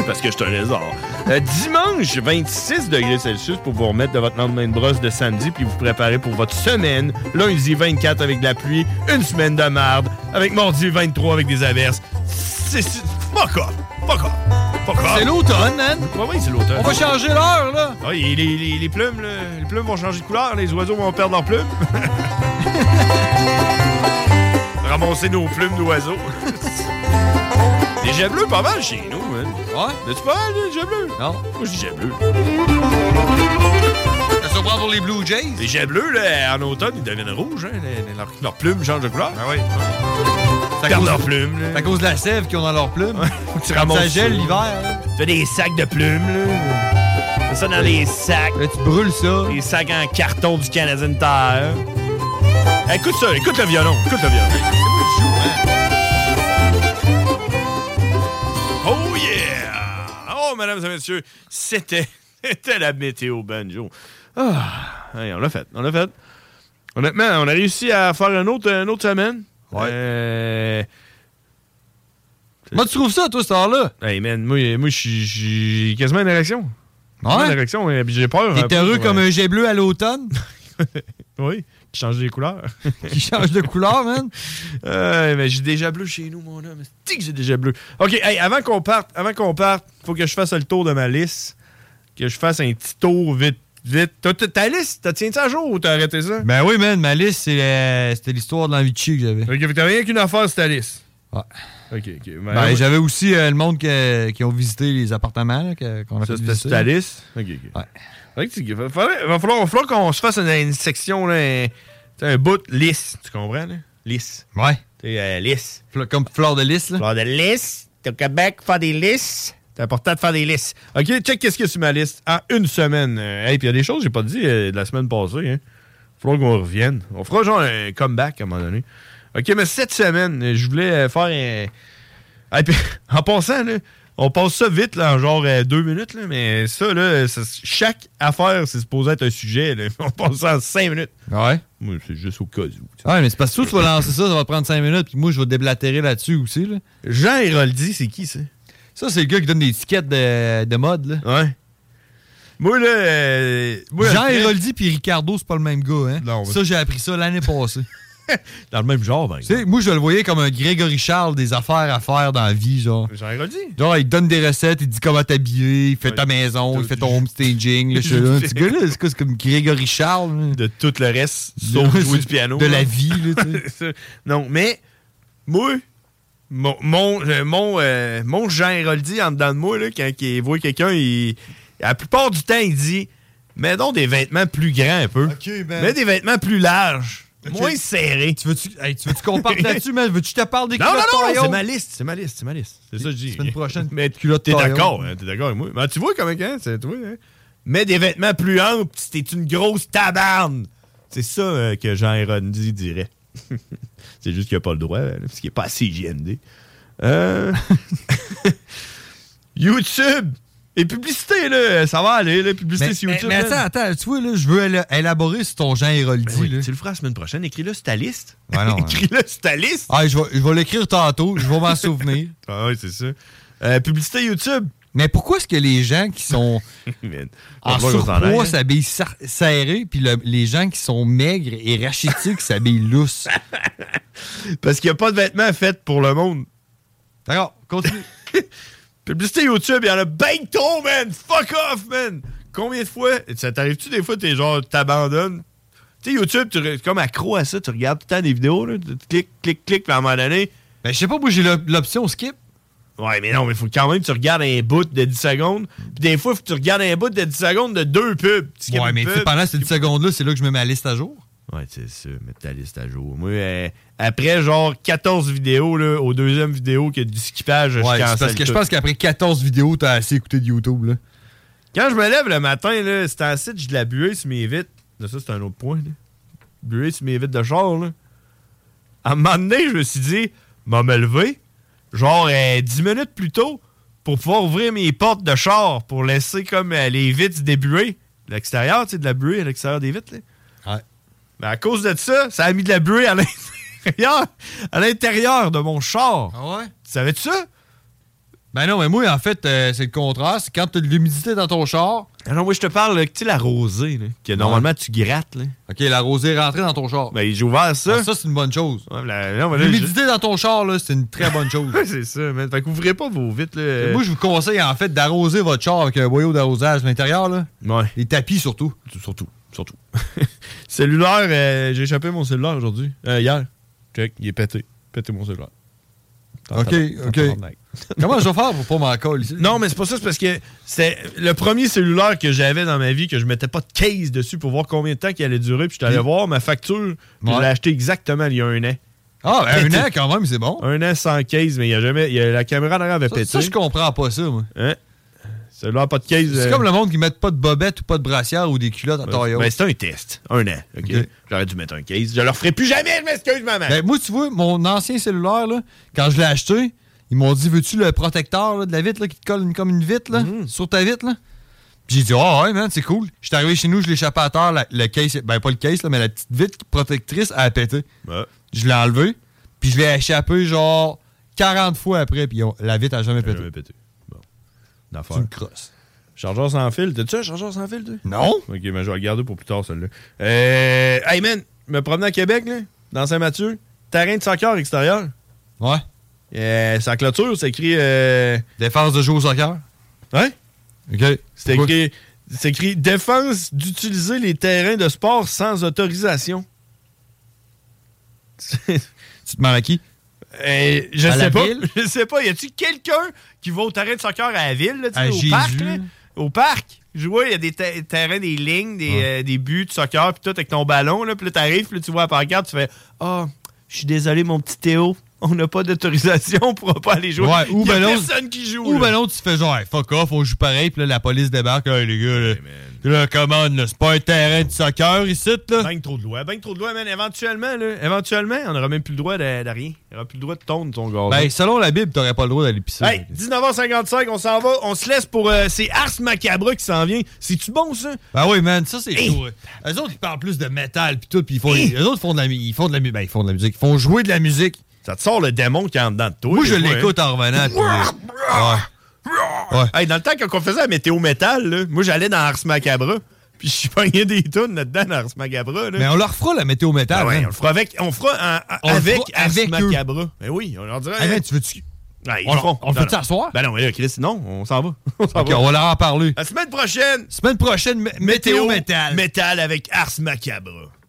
Speaker 7: Parce que je suis un lézard. Euh, dimanche, 26 degrés Celsius pour vous remettre de votre lendemain de brosse de samedi puis vous préparer pour votre semaine. Lundi, 24 avec de la pluie. Une semaine de marde. Avec mardi, 23 avec des averses. C'est... c'est- Fuck off! Fuck off! Fuck off!
Speaker 3: C'est l'automne, man.
Speaker 7: Oui, oui, c'est l'automne.
Speaker 3: On va changer l'heure, là.
Speaker 7: Oui, et les, les- les plumes, là, les plumes vont changer de couleur, les oiseaux vont perdre leurs plumes. Ramasser nos plumes d'oiseaux. les jets bleus, pas mal chez nous, man. Ouais? N'as-tu pas mal, les jets bleus? Non. Moi, je dis jets bleus. Ça se pour les Blue Jays? Les jets bleus, là, en automne, ils deviennent rouges, hein. les- les- leurs, leurs plumes changent de couleur. Ah oui.
Speaker 3: à
Speaker 7: Perdent
Speaker 3: cause-
Speaker 7: leurs plumes, là.
Speaker 3: C'est à cause de la sève qu'ils ont dans leurs plumes. Faut que
Speaker 7: tu ramasses
Speaker 3: Ça gèle
Speaker 7: ça.
Speaker 3: l'hiver, là.
Speaker 7: Tu fais des sacs de plumes, là. Fais ça dans les sacs. tu brûles ça. Les sacs en carton du Canadian Tire. Eh, Écoute ça, écoute le violon, écoute le violon. Oh yeah! Oh, mesdames et messieurs, c'était, c'était la météo Ben, banjo. Ah, hey, on l'a fait, on l'a fait. Honnêtement, on a réussi à faire une autre, une autre semaine. Euh, Ouais. Moi, tu trouves ça, toi, cette heure-là? Hey, man, moi, moi je suis- j'ai quasiment une érection. Quasiment Une érection, et puis j'ai peur. hein,
Speaker 3: T'es heureux comme un
Speaker 7: jet bleu à l'automne? oui, qui change des couleurs. qui change de couleur, man? mais j'ai déjà bleu chez nous, mon homme. C'est que j'ai déjà bleu. OK, hey, avant qu'on parte, avant qu'on parte, faut que je fasse le tour de ma liste. Que je fasse un petit tour vite, vite. T'as- t'as- ta liste, t'as tiens ça à jour ou t'as arrêté ça?
Speaker 3: Ben oui, man, ma liste, c'est, euh, c'était l'histoire de l'envie de chier que j'avais.
Speaker 7: OK, fait que t'as rien qu'une affaire sur ta liste.
Speaker 3: Ouais.
Speaker 7: Ah. OK, OK. Ben,
Speaker 3: Ben,
Speaker 7: ouais.
Speaker 3: j'avais aussi euh, le monde que- qui ont visité les appartements là, que- qu'on a
Speaker 7: Ça,
Speaker 3: fait
Speaker 7: c'était
Speaker 3: visiter.
Speaker 7: sur ta liste? OK, OK. Faudrait que tu- Il va falloir, il va falloir- il va falloir qu'on se fasse une, une section, là, un, tu sais, un bout lisse. Tu comprends? Là? Lisse. Ouais. T'es euh, lisse. comme fleur de lisse. Fleur de lisse. T'es au Québec, faire des lisses. C'est important de faire des lisses. OK, check qu'est-ce qu'il y a sur ma liste en une semaine. Euh, hey, puis il y a des choses que j'ai pas dit euh, de la semaine passée. Hein. Faut qu'on revienne. On fera genre un comeback à un moment donné. OK, mais cette semaine, euh, je voulais euh, faire un... Ah, et puis, en passant, là, on passe ça vite, là, en genre euh, deux minutes, là, mais ça, là, ça- chaque affaire, c'est supposé être un sujet. là. On passe ça en cinq minutes. Ouais. c'est juste au cas où.
Speaker 3: Ouais, mais c'est parce que toi, tu vas lancer ça, ça va prendre 5 minutes, puis moi, je vais déblatérer là-dessus aussi. Là.
Speaker 7: Jean Héroldi, c'est qui ça?
Speaker 3: Ça, c'est le gars qui donne des étiquettes de, de mode. Là.
Speaker 7: Ouais. Moi, là. euh, moi,
Speaker 3: Jean
Speaker 7: après-
Speaker 3: Héroldi puis Ricardo, c'est pas le même gars. Hein?
Speaker 7: Non, mais-
Speaker 3: Ça, j'ai appris ça l'année passée.
Speaker 7: dans le même genre, ben.
Speaker 3: Moi, je le voyais comme un Grégory Charles des affaires à faire dans la vie, genre.
Speaker 7: Jean Héroldi?
Speaker 3: Genre, il te donne des recettes, il dit comment t'habiller, il fait ta maison, il fait ton homestaging. là, je suis là, Ce gars-là, c'est quoi, c'est comme Grégory Charles.
Speaker 7: De tout le reste, sauf jouer du piano.
Speaker 3: De la
Speaker 7: là.
Speaker 3: vie, là, tu sais.
Speaker 7: Ça, non, mais moi, mon, mon, euh, mon, euh, mon Jean Héroldi en dedans de moi, là, quand il voit quelqu'un, il, la plupart du temps, il dit Mets donc des vêtements plus grands un peu.
Speaker 3: ben.
Speaker 7: Mets des vêtements plus larges,
Speaker 3: Ok.
Speaker 7: moins serrés.
Speaker 3: Tu veux-tu qu'on parte là-dessus, man? Veux-tu que je te parle des
Speaker 7: Non, non,
Speaker 3: culottes
Speaker 7: non,
Speaker 3: taillons?
Speaker 7: c'est ma liste, c'est ma liste, c'est ma liste. C'est ça que je dis.
Speaker 3: Semaine prochaine.
Speaker 7: Mais
Speaker 3: culottes
Speaker 7: T'es
Speaker 3: taillons.
Speaker 7: d'accord, hein, t'es d'accord avec moi. Ben, tu vois comment hein, c'est- tu vois, hein? Mets des vêtements plus amples, si t'es une grosse tabarne. C'est ça euh, que Jean Héroldi dirait. c'est juste qu'il n'a pas le droit, hein, parce qu'il n'est pas assez JMD. Euh... YouTube! Et publicité, là, ça va aller, là, publicité
Speaker 3: Mais,
Speaker 7: sur
Speaker 3: mais-
Speaker 7: YouTube.
Speaker 3: mais
Speaker 7: là.
Speaker 3: attends, attends, tu vois, là, je veux éla- élaborer sur ton Jean Héroldi.
Speaker 7: Ben oui,
Speaker 3: là.
Speaker 7: tu le feras la semaine prochaine, écris-le sur ta liste.
Speaker 3: Ouais, non, hein.
Speaker 7: écris-le sur ta liste.
Speaker 3: Ah, je vais, je vais l'écrire tantôt, je vais m'en souvenir.
Speaker 7: Ah oui, c'est ça. Euh, publicité YouTube.
Speaker 3: Mais pourquoi est-ce que les gens qui sont
Speaker 7: Man, on
Speaker 3: en
Speaker 7: va voir qu'on s'en aille,
Speaker 3: surpoids
Speaker 7: hein.
Speaker 3: s'habillent sar- serrés, puis le- les gens qui sont maigres et rachitiques s'habillent lousses?
Speaker 7: Parce qu'il n'y a pas de vêtements faits pour le monde.
Speaker 3: D'accord, continue.
Speaker 7: Publicité YouTube, il y en a ben trop, man! Fuck off, man! Combien de fois, ça t'arrive-tu des fois, t'es genre, t'abandonnes? Tu sais, YouTube, tu es comme accro à ça, tu regardes tout le temps des vidéos, là, tu cliques, cliques, cliques, puis à un moment donné.
Speaker 3: Ben, je sais pas, moi, j'ai l'option skip.
Speaker 7: Ouais, mais non, mais faut quand même que tu regardes un bout de 10 secondes. Puis des fois, faut que tu regardes un bout de 10 secondes de deux pubs. Tu skippes
Speaker 3: Ouais,
Speaker 7: une
Speaker 3: mais tu sais,
Speaker 7: pub.
Speaker 3: pendant ces 10 secondes-là, c'est là que je mets ma liste à jour.
Speaker 7: Ouais, c'est sûr, mettre ta liste à jour. Moi, euh, après genre 14 vidéos, là, au deuxième vidéo, qu'il y a du skippage, je
Speaker 3: Ouais, c'est
Speaker 7: cancelle
Speaker 3: parce que je
Speaker 7: tout.
Speaker 3: pense qu'après 14 vidéos, t'as assez écouté de YouTube, là.
Speaker 7: Quand je me lève le matin, là, c'est un site, j'ai de la buée sur mes vitres. Là, ça, c'est un autre point. Là. Buée sur mes vitres de char. Là. À un moment donné, je me suis dit, m'a me lever, genre euh, 10 minutes plus tôt, pour pouvoir ouvrir mes portes de char, pour laisser comme euh, les vitres débuer. L'extérieur, tu sais, de la buée à l'extérieur des vitres. Là. Ouais. Mais à cause de ça, ça a mis de la buée à l'intérieur, à l'intérieur de mon char.
Speaker 3: Ah ouais?
Speaker 7: Tu savais-tu ça?
Speaker 3: Ben non, mais moi, en fait, euh, c'est le contraire. C'est quand t'as de l'humidité dans ton char.
Speaker 7: Ah non, moi, je te parle, là, tu sais, la rosée, là, que normalement, tu grattes. Là.
Speaker 3: OK, la rosée est rentrée dans ton char. Ah,
Speaker 7: Ben, j'ai ouvert ça.
Speaker 3: ça, c'est une bonne chose.
Speaker 7: là,
Speaker 3: L'humidité dans ton char, là, c'est une très bonne chose.
Speaker 7: c'est ça, man. Fait qu'ouvrez pas vos vitres, là.
Speaker 3: Moi, je vous conseille, en fait, d'arroser votre char avec un boyau d'arrosage à l'intérieur, là.
Speaker 7: Ouais.
Speaker 3: Les tapis, surtout.
Speaker 7: Surtout, surtout. Cellulaire, euh, j'ai échappé mon cellulaire aujourd'hui. Euh, hier. Check, il est pété. Pété mon cellulaire. T'en
Speaker 3: OK,
Speaker 7: tabar- t'en
Speaker 3: OK.
Speaker 7: tabarnak.
Speaker 3: Comment je vais faire pour pas m'en coller ici?
Speaker 7: Non, mais c'est pas ça, c'est parce que c'est le premier cellulaire que j'avais dans ma vie que je mettais pas de case dessus pour voir combien de temps qu'il allait durer. Puis je suis allé
Speaker 3: Oui.
Speaker 7: voir ma facture. puis
Speaker 3: Mm.
Speaker 7: Je
Speaker 3: Ouais.
Speaker 7: l'ai acheté exactement il y a un an.
Speaker 3: Ah, ben, un
Speaker 7: Pété.
Speaker 3: an quand même, c'est bon.
Speaker 7: Un an sans case, mais il y a jamais. il y a- la caméra en arrière avait
Speaker 3: Ça,
Speaker 7: pété.
Speaker 3: ça, je comprends pas ça, moi.
Speaker 7: Hein? Cellulaire, pas de case.
Speaker 3: C'est
Speaker 7: euh,
Speaker 3: comme le monde qui met pas de bobette ou pas de brassière ou des culottes à taille haute.
Speaker 7: Ben, c'est un test. Un an. OK. J'aurais dû mettre un case. Je leur ferai plus jamais, je m'excuse, maman.
Speaker 3: Ben, moi, tu vois, mon ancien cellulaire, là, quand je l'ai acheté, ils m'ont dit Veux-tu le protecteur là, de la vitre là, qui te colle une- comme une vitre là,
Speaker 7: Mm.
Speaker 3: sur ta vitre là? Puis J'ai dit Ah ouais, man, c'est cool. J'étais arrivé chez nous, je l'ai échappé à terre, la- le case, ben pas le case, là, mais la petite vitre protectrice a pété. Je l'ai enlevé, puis je l'ai échappé genre 40 fois après, puis on- la vitre a jamais pété.
Speaker 7: D'affaire.
Speaker 3: C'est une crosse.
Speaker 7: Chargeur sans fil. T'as-tu un chargeur sans fil, toi?
Speaker 3: Non.
Speaker 7: OK, mais je vais le garder pour plus tard, celle-là. Euh, hey, man, me promener à Québec, là, dans Saint-Mathieu, terrain de soccer extérieur.
Speaker 3: Ouais.
Speaker 7: Euh, sa clôture, c'est écrit... euh,
Speaker 3: Défense de jouer au soccer.
Speaker 7: Hein?
Speaker 3: OK.
Speaker 7: C'est écrit, c'est écrit défense d'utiliser les terrains de sport sans autorisation.
Speaker 3: Tu te demandes à qui
Speaker 7: Euh, je
Speaker 3: À la
Speaker 7: sais pas.
Speaker 3: ville?
Speaker 7: Je sais pas. Y a-tu quelqu'un qui va au terrain de soccer à la ville, là, tu
Speaker 3: À
Speaker 7: sais, au parc?
Speaker 3: Jésus.
Speaker 7: là? Au parc? Jouer, il y a des ter- terrains, des lignes, des, euh, des buts de soccer, puis tout avec ton ballon. Là, puis là, t'arrives, puis là, tu vois la pancarte, tu fais Ah, je suis désolé, mon petit Théo, on n'a pas d'autorisation, on pourra pas aller jouer.
Speaker 3: Ouais, ou
Speaker 7: y a
Speaker 3: ben l'autre-
Speaker 7: personne qui joue.
Speaker 3: Ou
Speaker 7: là.
Speaker 3: ben non, tu fais genre, Hey, fuck off, on joue pareil, puis là, la police débarque, Hey, les gars, là, là, commande, là, c'est pas un terrain de soccer ici, là.
Speaker 7: Ben trop de lois, ben trop de lois, man. Éventuellement, là, éventuellement, on n'aura même plus le droit de, de rien. On n'aura plus le droit de tondre ton gars.
Speaker 3: Ben, selon la Bible, t'aurais pas le droit d'aller pisser.
Speaker 7: Hey, 19h55, on s'en va, on se laisse pour euh, c'est Ars Macabre qui s'en vient. C'est-tu bon ça?
Speaker 3: Ben oui, man, ça c'est tout. ouais. Eux autres, ils parlent plus de métal puis tout, puis ils font. Eux autres font de la, mu- ils font de la, mu- ben, ils font de la musique, ils font jouer de la musique.
Speaker 7: Ça te sort le démon qui est en dedans de toi.
Speaker 3: Moi, je
Speaker 7: des fois,
Speaker 3: l'écoute
Speaker 7: hein.
Speaker 3: en revenant. puis, euh, ouais. Ouais.
Speaker 7: Hey, dans le temps qu'on faisait la météo métal, là, moi j'allais dans Ars Macabre, puis je pognais des tunes là-dedans dans Ars Macabre. là.
Speaker 3: Mais on leur fera la météo métal.
Speaker 7: Ah ouais,
Speaker 3: man.
Speaker 7: on le fera avec, on fera un- un-
Speaker 3: On le
Speaker 7: avec
Speaker 3: fera
Speaker 7: Ars
Speaker 3: avec eux.
Speaker 7: Macabre. Ben oui, on leur dirait.
Speaker 3: Hey, man, tu veux-tu.
Speaker 7: Ouais, Ben, ils
Speaker 3: on
Speaker 7: le
Speaker 3: le-
Speaker 7: feront.
Speaker 3: on le
Speaker 7: Non,
Speaker 3: fait-tu
Speaker 7: non.
Speaker 3: à soir?
Speaker 7: Ben non, mais là, Chris, non, on s'en va. On s'en
Speaker 3: Ok, on va leur en parler.
Speaker 7: La semaine prochaine,
Speaker 3: Semaine prochaine, mé- météo,
Speaker 7: météo
Speaker 3: métal.
Speaker 7: métal. Métal avec Ars Macabre.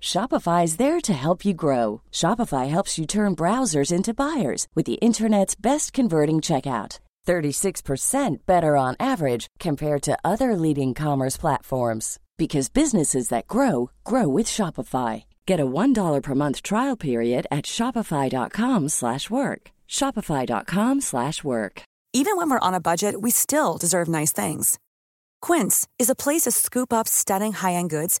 Speaker 15: Shopify is there to help you grow. Shopify helps you turn browsers into buyers with the internet's best converting checkout. 36% better on average compared to other leading commerce platforms because businesses that grow grow with Shopify. Get a $1 per month trial period at shopify.com/work. shopify.com/work.
Speaker 20: Even when we're on a budget, we still deserve nice things. Quince is a place to scoop up stunning high-end goods